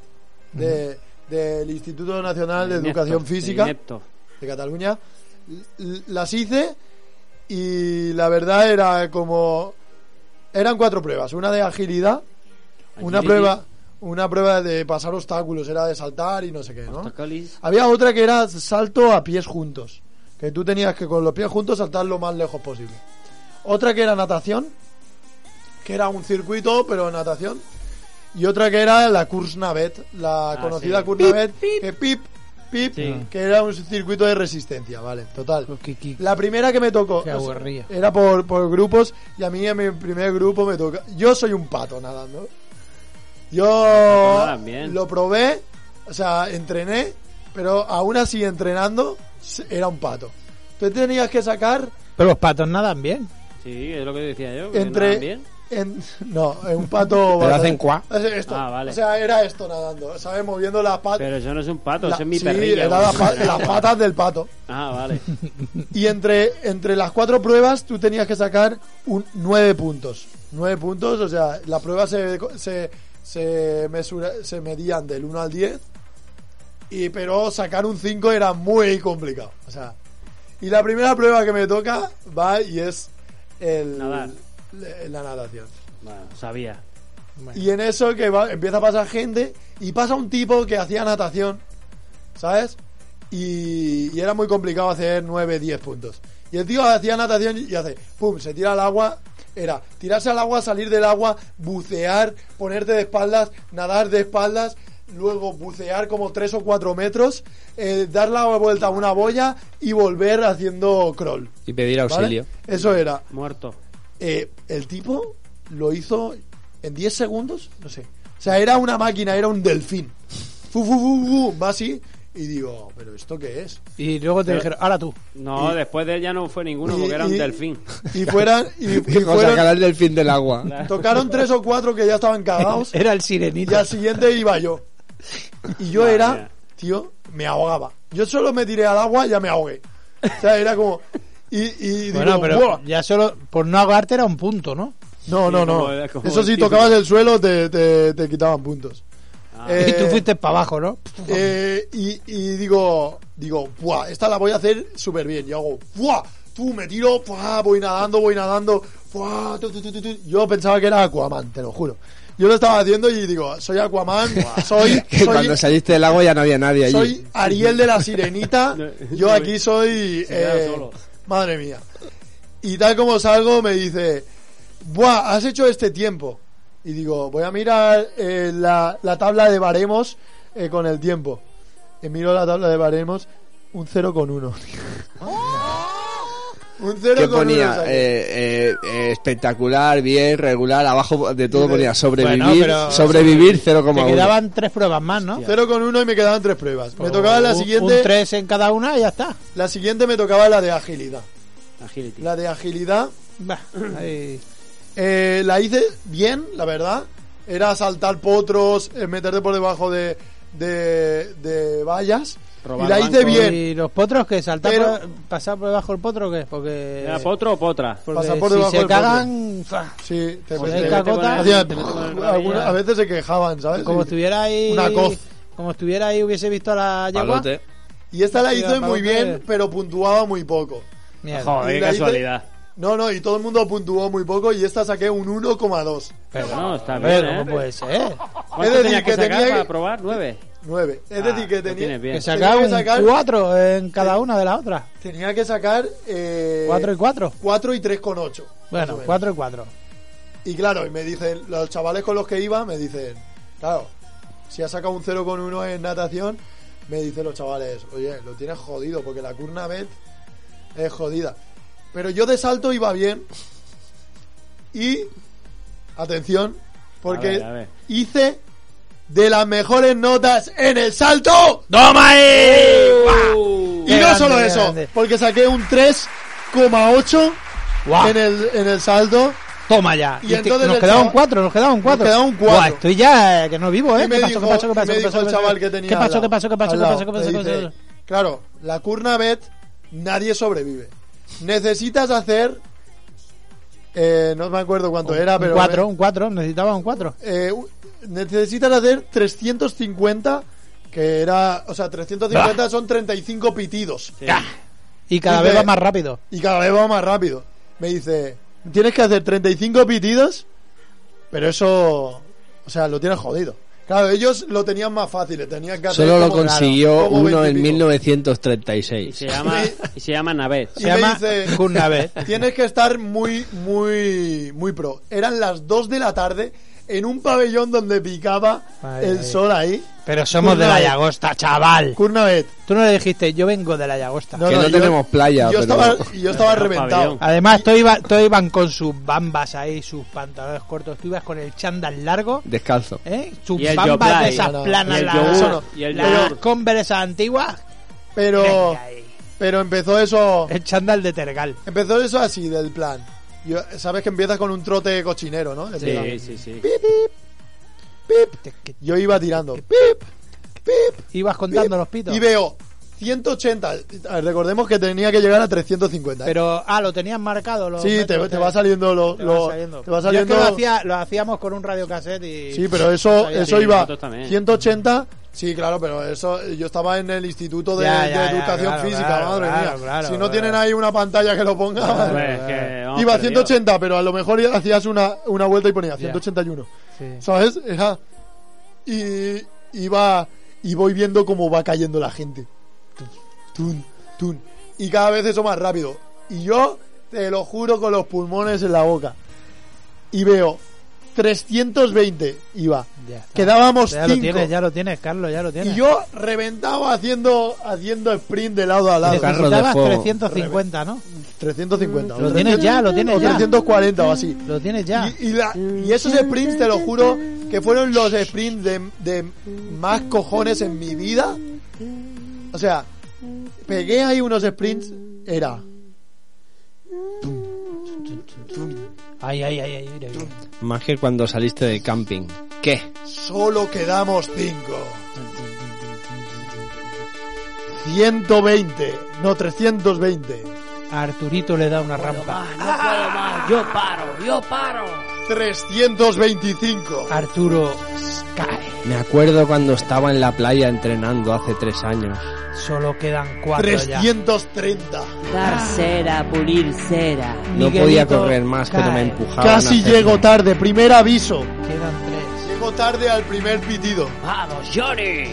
de- del Instituto Nacional de E
Inepto,
Educación Física
inepto.
de Cataluña. L- Las hice y la verdad era como... Eran cuatro pruebas, una de agilidad, una
Agility.
prueba una prueba de pasar obstáculos, era de saltar y no sé qué, ¿no?
Obstacolis.
Había otra que era salto a pies juntos. Que tú tenías que con los pies juntos saltar lo más lejos posible. Otra que era natación. Que era un circuito, pero natación. Y otra que era la Navet La
Ah,
conocida
sí.
Navet Que pip, pip.
Sí.
Que era un circuito de resistencia, vale. Total.
pues, Qué- qué-
La primera que me tocó.
Qué
o sea,
aburrido.
Era por, por grupos. Y a mí en mi primer grupo me toca. Yo soy un pato nadando. Yo
nadan bien.
lo probé, o sea, entrené, pero aún así entrenando se- era un pato. Tú tenías que sacar
Pero los patos nadan bien.
Sí, es lo que decía yo. que nadan
entre...
bien.
en- no, en un pato...
Pero
bastante-
hacen cuá.
O sea, esto.
Ah, vale.
O sea, era esto nadando, ¿sabes? Moviendo las patas.
Pero eso no es un pato, eso es mi
sí,
perrilla.
era
güey.
las pa- las patas del pato.
Ah, vale.
Y entre, entre las cuatro pruebas tú tenías que sacar un, nueve puntos. Nueve puntos, o sea, la prueba se, se, se, mesura- se medían del 1 al 10, y, pero sacar un 5 era muy complicado. O sea, y la primera prueba que me toca va y es el,
Nadar.
le- la natación.
Bueno, sabía.
Y en eso que va- empieza a pasar gente y pasa un tipo que hacía natación, ¿sabes? Y, y era muy complicado hacer 9, 10 puntos. Y el tío hacía natación y hace, ¡pum!, se tira al agua. Era tirarse al agua, salir del agua, bucear, ponerte de espaldas, nadar de espaldas, luego bucear como 3 o 4 metros, eh, dar la vuelta a una boya y volver haciendo crawl.
Y pedir
¿vale?
auxilio.
Eso era.
Muerto.
Eh, el tipo lo hizo en 10 segundos, no sé. O sea, era una máquina, era un delfín. Fu, fu, fu, fu, va así. Y digo, ¿pero esto qué es?
Y luego te dijeron, ahora tú.
No, después de él ya no fue ninguno
Y-
porque era un
y-
delfín.
Y fueran. Y, y
Y con
fueron-
sacar al delfín del agua.
tocaron tres o cuatro que ya estaban cagados.
Era el
Y
sirenito.
al siguiente iba yo. Y yo
Madre
era,
mía.
tío, me ahogaba. Yo solo me tiré al agua y ya me ahogué. O sea, era como. Y, y digo,
Bueno, pero
"Buah".
ya solo por no ahogarte era un punto, ¿no?
No, no,
Sí,
no.
como el- como
Eso
el
sí,
título.
tocabas el suelo, te, te, te quitaban puntos.
Ah.
Eh,
y tú fuiste para abajo, ¿no?
eh, y, y digo, digo, ¡buah! Esta la voy a hacer súper bien. Y hago, ¡buah! Tú me tiro, ¡buah! Voy nadando, voy nadando, ¡buah! tu, tu, tu, tu, tu. Yo pensaba que era Aquaman, te lo juro. Yo lo estaba haciendo y digo, soy Aquaman, soy,
Que
soy,
cuando saliste del agua ya no había nadie allí.
soy Ariel de la Sirenita.
No,
Yo
no,
aquí soy.
se queda
eh,
solo.
madre mía. Y tal como salgo, me dice: Buah, has hecho este tiempo. Y digo: Voy a mirar eh, la, la tabla de baremos eh, con el tiempo. Y miro la tabla de baremos: un 0 con 1. un 0
¿Qué
con 1.
ponía? Eh, eh, eh, espectacular, bien, regular, abajo de todo ponía sobrevivir,
Bueno, pero-
sobrevivir
Te
0,1.
quedaban tres pruebas más, ¿no?
0 con 1 y me quedaban tres pruebas. Me tocaba la
Oh,
Un-
siguiente.
Un tres en cada una y ya está.
la siguiente me tocaba la de agilidad.
Agility.
La de agilidad.
Bah, ahí.
Eh, la hice bien, la verdad. Era saltar potros, eh, meterte por debajo de, de, de vallas.
Robar
y la hice
bancos.
bien.
¿Y los potros que saltar
Pero-
por- pasar por debajo del potro o qué? Porque,
¿Era potro o potra?
porque
Pasar por
si
debajo
se
del potro.
cagan, fa,
Sí, te
Pues
te-
hay cacota.
hacían-
Te metes con el
alguna-
rabillo.
a veces se quejaban, ¿sabes?
como
Y-
estuviera ahí...
Una coz.
Como estuviera ahí hubiese visto a la yegua.
Palote.
Y esta la hice
Hacía
muy
palote.
bien, pero puntuaba muy poco.
Mierda.
Joder,
Y
qué
la hice-
casualidad.
No, no, y todo el mundo puntuó muy poco y esta saqué un 1,2.
Pero no, está bien,
Pero
¿eh?
no puede ser.
¿Cuánto
Es decir,
tenías que,
que
sacar
tenía que-
para probar? ¿Nueve?
9. Es
Ah,
decir, que
lo
tenía,
tienes bien.
Que
Tenía
sacaban
que sacar-
cuatro en cada una de las otras.
tenía que sacar eh,
Cuatro y cuatro.
4 y 3,8. más o
Bueno,
menos.
cuatro y cuatro.
Y claro, y me dicen, los chavales con los que iba me dicen, claro, si has sacado un 0,1 en natación, me dicen los chavales, oye, lo tienes jodido porque la Curnavet es jodida. Pero yo de salto iba bien. Y, atención, porque
A ver, a ver.
hice de las mejores notas en el salto.
¡Toma
Y no
grande,
solo
qué
eso,
grande.
porque saqué un 3,8
Guau.
en, el, en el salto.
Toma ya.
Y
Y te-
entonces
nos
el
quedaban
chaval-
cuatro, nos quedaban cuatro.
Nos quedaban cuatro.
Buah, estoy ya eh, que no vivo,
Y
¿eh?
me
¿Qué pasó,
dijo-
qué pasó,
y
qué pasó,
me
qué
dijo
pasó,
el
qué
chaval
pasó?
que tenía
¿Qué
al
pasó,
lado,
qué pasó, qué pasó,
al
qué
lado?
pasó, qué pasó,
Me
qué
dice,
pasó?
Claro, la Curnavet nadie sobrevive. Necesitas hacer... eh, no me acuerdo cuánto era,
Un
pero...
cuatro, un cuatro, necesitaba un cuatro.
eh, un- necesitas hacer 350, que era... O sea, 350 son 35 pitidos.
Y cada
Dice-
vez va más rápido.
Y cada vez va más rápido. Me dice, tienes que hacer 35 pitidos, pero eso, o sea, lo tienes jodido. Claro, ellos lo tenían más fácil, tenían que hacer
Solo lo
como-
consiguió
como
uno
20 y
en
pico.
Y
1936.
se llama, y se llama Navet.
Y
Se
me
llama
dice-
Curnave.
Tienes que estar muy, muy, muy pro. Eran las 2 de la tarde en un pabellón donde picaba
Ay,
el
ay.
sol ahí.
Pero somos de la
Curnave.
Llagosta, chaval.
Curnavet.
Tú no le dijiste, yo vengo de la Llagosta.
Que no tenemos playa,
Yo
pero-
estaba, yo estaba
Pero
reventado.
pabellón.
Además, todos iba- todos iban con sus bambas ahí, sus pantalones cortos. Tú ibas con el chándal largo,
Descalzo.
¿eh? Sus
Y el
bambas
yoplait.
de esas
No, no.
planas,
Y el
las-
yogur. Eso no.
Y el
las
yogur.
Converse antiguas.
Pero,
Venga ahí.
pero empezó eso.
El chándal de Tergal.
Empezó eso así, del plan. Yo- sabes que empiezas con un trote cochinero, ¿no? De plan,
Sí, sí, sí.
pip. Yo iba tirando. Pip, pip.
Ibas contando los pitos.
Y veo 180. A ver, recordemos que tenía que llegar a 350. ¿eh?
Pero, ah, lo tenías marcado. Los
sí, te,
metros,
te va saliendo lo,
te
lo-
va saliendo.
te va
Yo es que
saliendo-
lo, hacía- lo hacíamos con un radiocassette y.
Sí, pero eso,
Sí,
eso
sí,
iba
nosotros también.
180. Sí, claro, pero eso yo estaba en el instituto de,
Ya,
de
ya, ya,
educación
claro,
física,
claro,
madre
claro,
mía.
claro,
si no
claro.
tienen ahí una pantalla que lo ponga, madre
Hombre,
mía.
es que vamos
iba
perdidos.
180, pero a lo mejor ya hacías una, una vuelta y ponía 181.
Sí.
¿Sabes? Era. Y iba. Y voy viendo cómo va cayendo la gente. Tun, tun, tun. Y cada vez eso más rápido. Y yo, te lo juro, con los pulmones en la boca. Y veo 320 iba.
Ya está.
Quedábamos
Ya lo
5.
tienes, ya lo tienes, Carlos, ya lo tienes.
Y yo reventaba haciendo, haciendo sprint de lado a lado.
Carlos
Necesitabas
de fuego.
350, ¿no?
350. o
Lo tienes ya, lo tienes
o
ya.
340 o así.
Lo tienes ya.
Y, y la- y esos sprints, te lo juro, que fueron los sprints de, de más cojones en mi vida. O sea, pegué ahí unos sprints, era.
Ay, ay, ay, ay, mira, mira.
Más que cuando saliste de camping. ¿Qué?
Solo quedamos 5. 120, no 320.
A Arturito le da una rampa.
Yo paro, yo paro.
325.
Ah, Arturo cae.
Me acuerdo cuando estaba en la playa entrenando hace tres años.
Solo quedan cuatro ya.
330.
Dar cera, pulir cera.
No
Miguelito
podía correr más, pero me
cae.
empujaban. a
Casi
hacer-
llego tarde, primer aviso.
Quedan tres.
Llego tarde al primer pitido.
Ah,
Vamos, Johnny.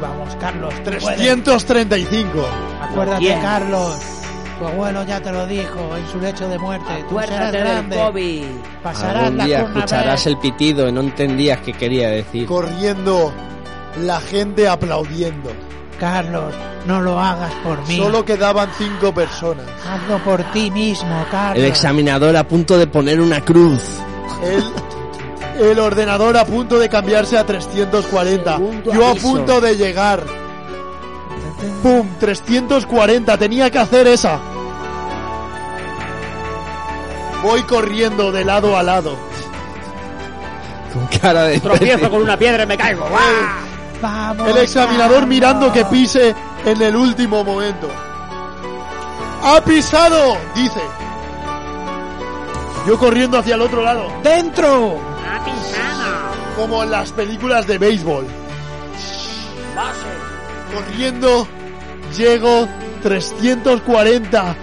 Vamos, Carlos, tres.
335.
Acuérdate,
Yes.
Carlos. Tu abuelo ya te lo dijo en su lecho de muerte. Tú serás
Acuérdate del
grande.
COVID.
Pasarás
Algún
la
día
jornada. eh.
escucharás el pitido y no entendías qué quería decir.
corriendo, la gente aplaudiendo.
Carlos, no lo hagas por mí.
Solo quedaban cinco personas.
Hazlo por ti mismo, Carlos.
El examinador a punto de poner una cruz.
El, el ordenador a punto de cambiarse a 340. Yo a punto de llegar. ¡Pum! 340. Tenía que hacer esa. Voy corriendo de lado a lado.
Con cara de.
Tropiezo con una piedra y me caigo. ¡guau!
Vamos,
El examinador
Carlos.
mirando que pise en el último momento. ¡Ha pisado! Dice. Yo corriendo hacia el otro lado.
¡Dentro!
como en las películas de béisbol. Corriendo, llego 340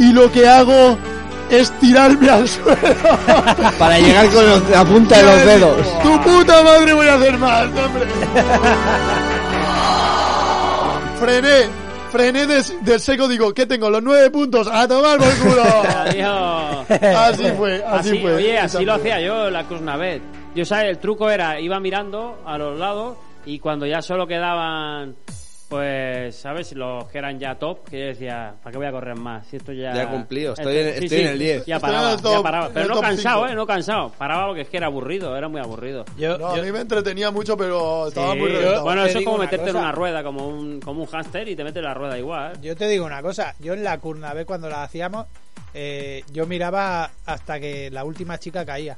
y lo que hago es tirarme al suelo.
Para llegar con los- la punta de los dedos.
Tu puta madre voy a hacer más, hombre. frené, frené de, del seco, digo, ¿qué tengo? Los nueve puntos, a tomar por culo.
Adiós.
Así fue, así,
Así,
fue.
oye, así lo hacía yo en la Cruz Navet. Yo, ¿sabes? El truco era, iba mirando a los lados y cuando ya solo quedaban, pues, ¿sabes? Los que eran ya top, que yo decía, ¿para qué voy a correr más? Si esto ya... Este,
Ya he cumplido, estoy en- estoy en el 10.
Estoy
Ya
en
paraba,
el top-
ya paraba.
en el
Pero no
top
cansado,
cinco.
¿eh? No cansado. Paraba porque es que era aburrido, era muy aburrido.
Yo,
No, a
yo-
mí me entretenía mucho, pero estaba
Sí.
muy reventado.
bueno,
Te
eso es
digo
como
una
meterte en
cosa.
una rueda, como un, como un hámster y te metes en la rueda igual. ¿eh?
yo te digo una cosa. Yo en la Curnabe cuando la hacíamos, eh, yo miraba hasta que la última chica caía.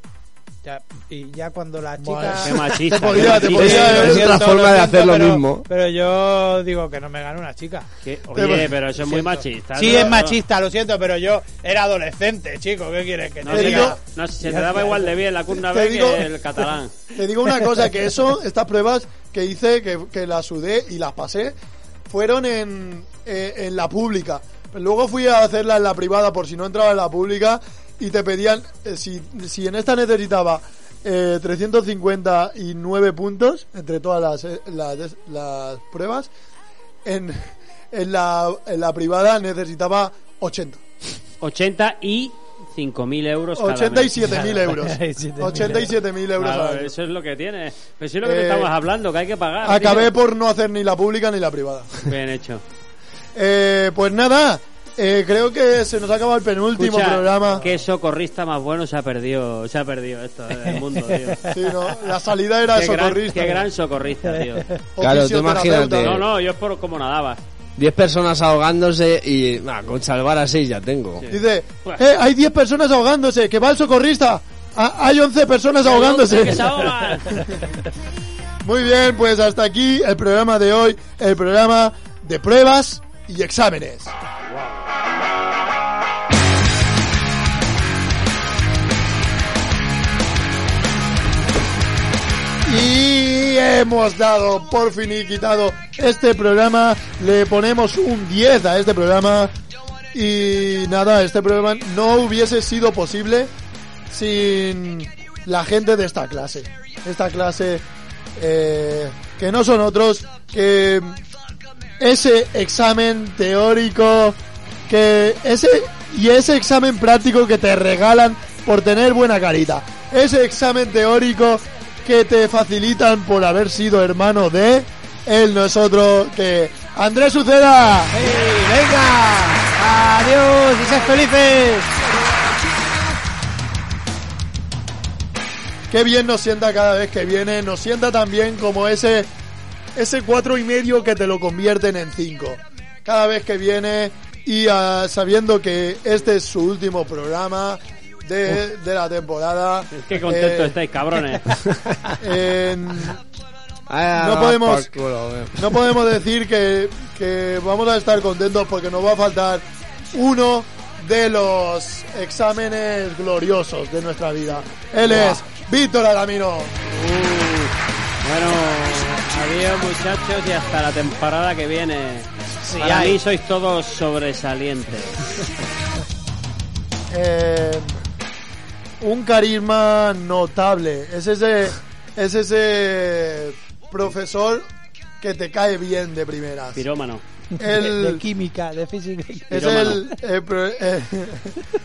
Ya- y ya cuando la chica...
Qué machista.
Te podía-
qué
te
machista.
podía-
Lo
es
siento,
otra forma
lo
de hacer lo
pero-
mismo.
Pero yo digo que no me gana una chica.
Que-
podía-
Oye, pero eso es muy machista.
Pues Sí,
¿no?
es machista, lo siento, pero yo era adolescente, chico. ¿Qué quieres que
No,
te
se,
Te
diga?
digo-
te- no, se te daba igual de bien la curna
Te
B
digo-
que el catalán.
Te digo una cosa, que eso, estas pruebas que hice, que, que las sudé y las pasé, fueron en, eh, en la pública. Pero luego fui a hacerla en la privada por si no entraba en la pública y te pedían, eh, si, si en esta necesitaba eh, 359 puntos entre todas las, eh, las, las pruebas, en, en, la, en la privada necesitaba 80.
80 y 5.000 euros cada mes.
87.000 euros.
87.000
87.000 euros.
Claro,
al año.
eso es lo que tiene. Pero si es lo que
Eh,
te estamos hablando, que hay que pagar.
Acabé
Ah, tío.
por no hacer ni la pública ni la privada.
Bien hecho.
Eh, pues nada, eh, creo que se nos acaba el penúltimo
Escucha,
programa.
Qué socorrista más bueno se ha perdido. Se ha perdido esto eh, del mundo, tío.
Sí, no, la salida era
qué, gran,
socorrista. Eh.
qué gran socorrista, tío.
O
Claro, tú
fisioterapeuta.
imagínate.
No, no, yo es por cómo nadaba.
Diez personas ahogándose y. ah, con salvar a seis ya tengo.
Dice, eh, hay 10 personas ahogándose, que va el socorrista. Ah, hay 11 personas ahogándose.
¡Que se ahogan!
Muy bien, pues hasta aquí el programa de hoy, el programa de pruebas y exámenes. Y hemos dado por fin y quitado este programa. Le ponemos un 10 a este programa. Y nada, este programa no hubiese sido posible sin la gente de esta clase. Esta clase eh, que no son otros que ese examen teórico que ese y ese examen práctico que te regalan por tener buena carita. Ese examen teórico que te facilitan por haber sido hermano de él nosotros que Andrés Uceda.
¡Venga! ¡Adiós! ¡Y seas felices!
Qué bien nos sienta cada vez que viene, nos sienta también como ese ese cuatro y medio que te lo convierten en 5. Cada vez que viene y ah, sabiendo que este es su último programa de, de la temporada.
Qué contento
eh,
estáis, cabrones.
en-
Ah,
No
va
podemos-
por culo, eh.
no podemos decir que, que vamos a estar contentos porque nos va a faltar uno de los exámenes gloriosos de nuestra vida. Él es Víctor Alamino.
Bueno, adiós muchachos y hasta la temporada que viene. Para
hay.
mí sois todos sobresalientes.
eh, un carisma notable. Es ese, es ese profesor que te cae bien de primeras.
Pirómano.
El-
De, de química, de física.
es
pirómano.
el, el pro- eh,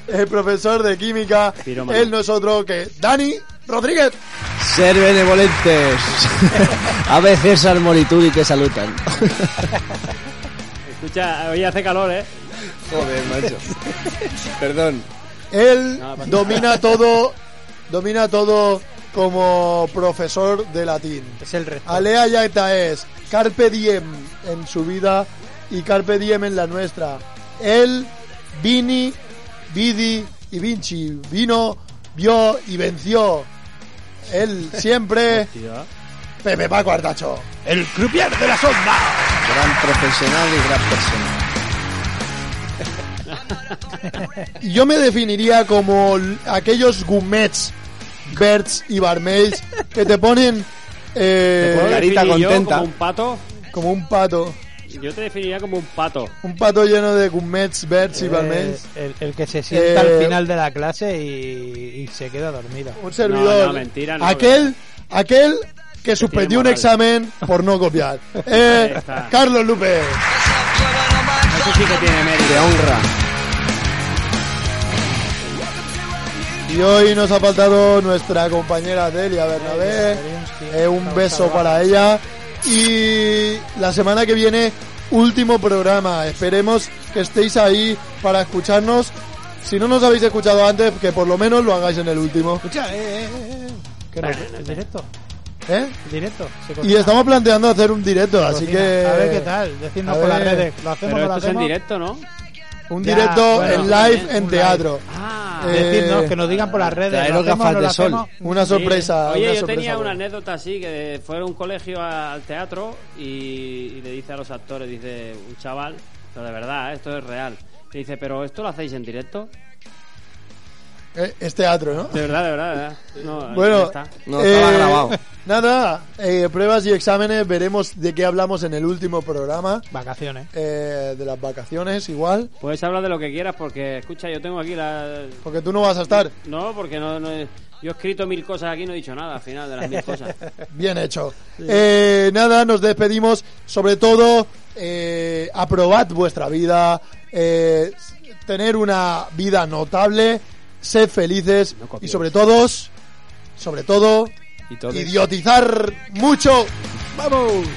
el profesor de química.
Pirómano.
Él no es otro que Dani Rodríguez.
Ser benevolentes. a veces al moritud y te saludan.
Escucha, hoy hace calor, ¿eh?
Joder, macho. Perdón.
Él
No, pasa
domina todo, domina todo como profesor de latín.
Es el resto.
Alea Yaita es Carpe Diem en su vida y Carpe Diem en la nuestra. Él, Vini, Vidi y Vinci vino, vio y venció. Él siempre, Pepe Paco Artacho.
El croupier de la sonda.
Gran profesional y gran persona.
Yo me definiría como l- aquellos gourmets, berts y barmaids que te ponen eh,
¿Puedo
Carita
definir yo
contenta.
como un pato?
como un pato.
Yo te definiría como un pato.
Un pato lleno de gourmets, berts y
Eh,
barmaids.
el, el que se sienta
Eh,
al final de la clase y, y se queda dormido.
un servidor.
No, no, mentira, no,
aquel, aquel que suspendió un
moral.
examen por no copiar. Eh,
Ahí está.
Carlos Lupe.
Eso sí que tiene mérito.
Te honra.
Y hoy nos ha faltado nuestra compañera Delia Bernabé. Eh, un beso para ella. Y la semana que viene, último programa. Esperemos que estéis ahí para escucharnos. Si no nos habéis escuchado antes, que por lo menos lo hagáis en el último.
Escucha, eh, eh, eh, eh.
Que no-
¿El directo?
¿eh?
¿El directo? Se
Y
cocina,
estamos planteando hacer un directo, así
cocina.
que...
A ver qué tal. Decidnos
a
por las
ver.
redes. ¿Lo hacemos
Pero
o lo
esto es en
hacemos?
directo, ¿no?
Un
Ya,
directo
bueno,
en live
también,
en
un
teatro.
Ah.
Eh,
Decidnos, que nos digan por las redes.
traer
¿Lo
los
hacemos o
gafas
no lo
de sol.
hacemos?
Una Eh, sorpresa.
Sí. Oye,
una
yo
sorpresa
tenía una
buena.
anécdota así, que fue a un colegio a- al teatro y, y le dice a los actores, dice un chaval, pero de verdad, ¿eh? esto es real. Le dice, pero ¿esto lo hacéis en directo?
Eh, es teatro, ¿no?
De verdad, de verdad, de verdad. No, Ah, ya
Bueno, eh,
está.
No, estaba grabado.
Nada, eh, pruebas y exámenes, veremos de qué hablamos en el último programa.
Vacaciones.
eh, de las vacaciones, igual.
Puedes hablar de lo que quieras porque, escucha, yo tengo aquí la...
Porque tú no vas a estar
No, porque no, no he- yo he escrito mil cosas aquí y no he dicho nada al final de las mil cosas.
bien hecho. Eh, nada, nos despedimos. Sobre todo, eh, aprobad vuestra vida. eh, tener una vida notable. Sed felices. y sobre todo, sobre todo,
Y todo.
idiotizar mucho. ¡Vamos!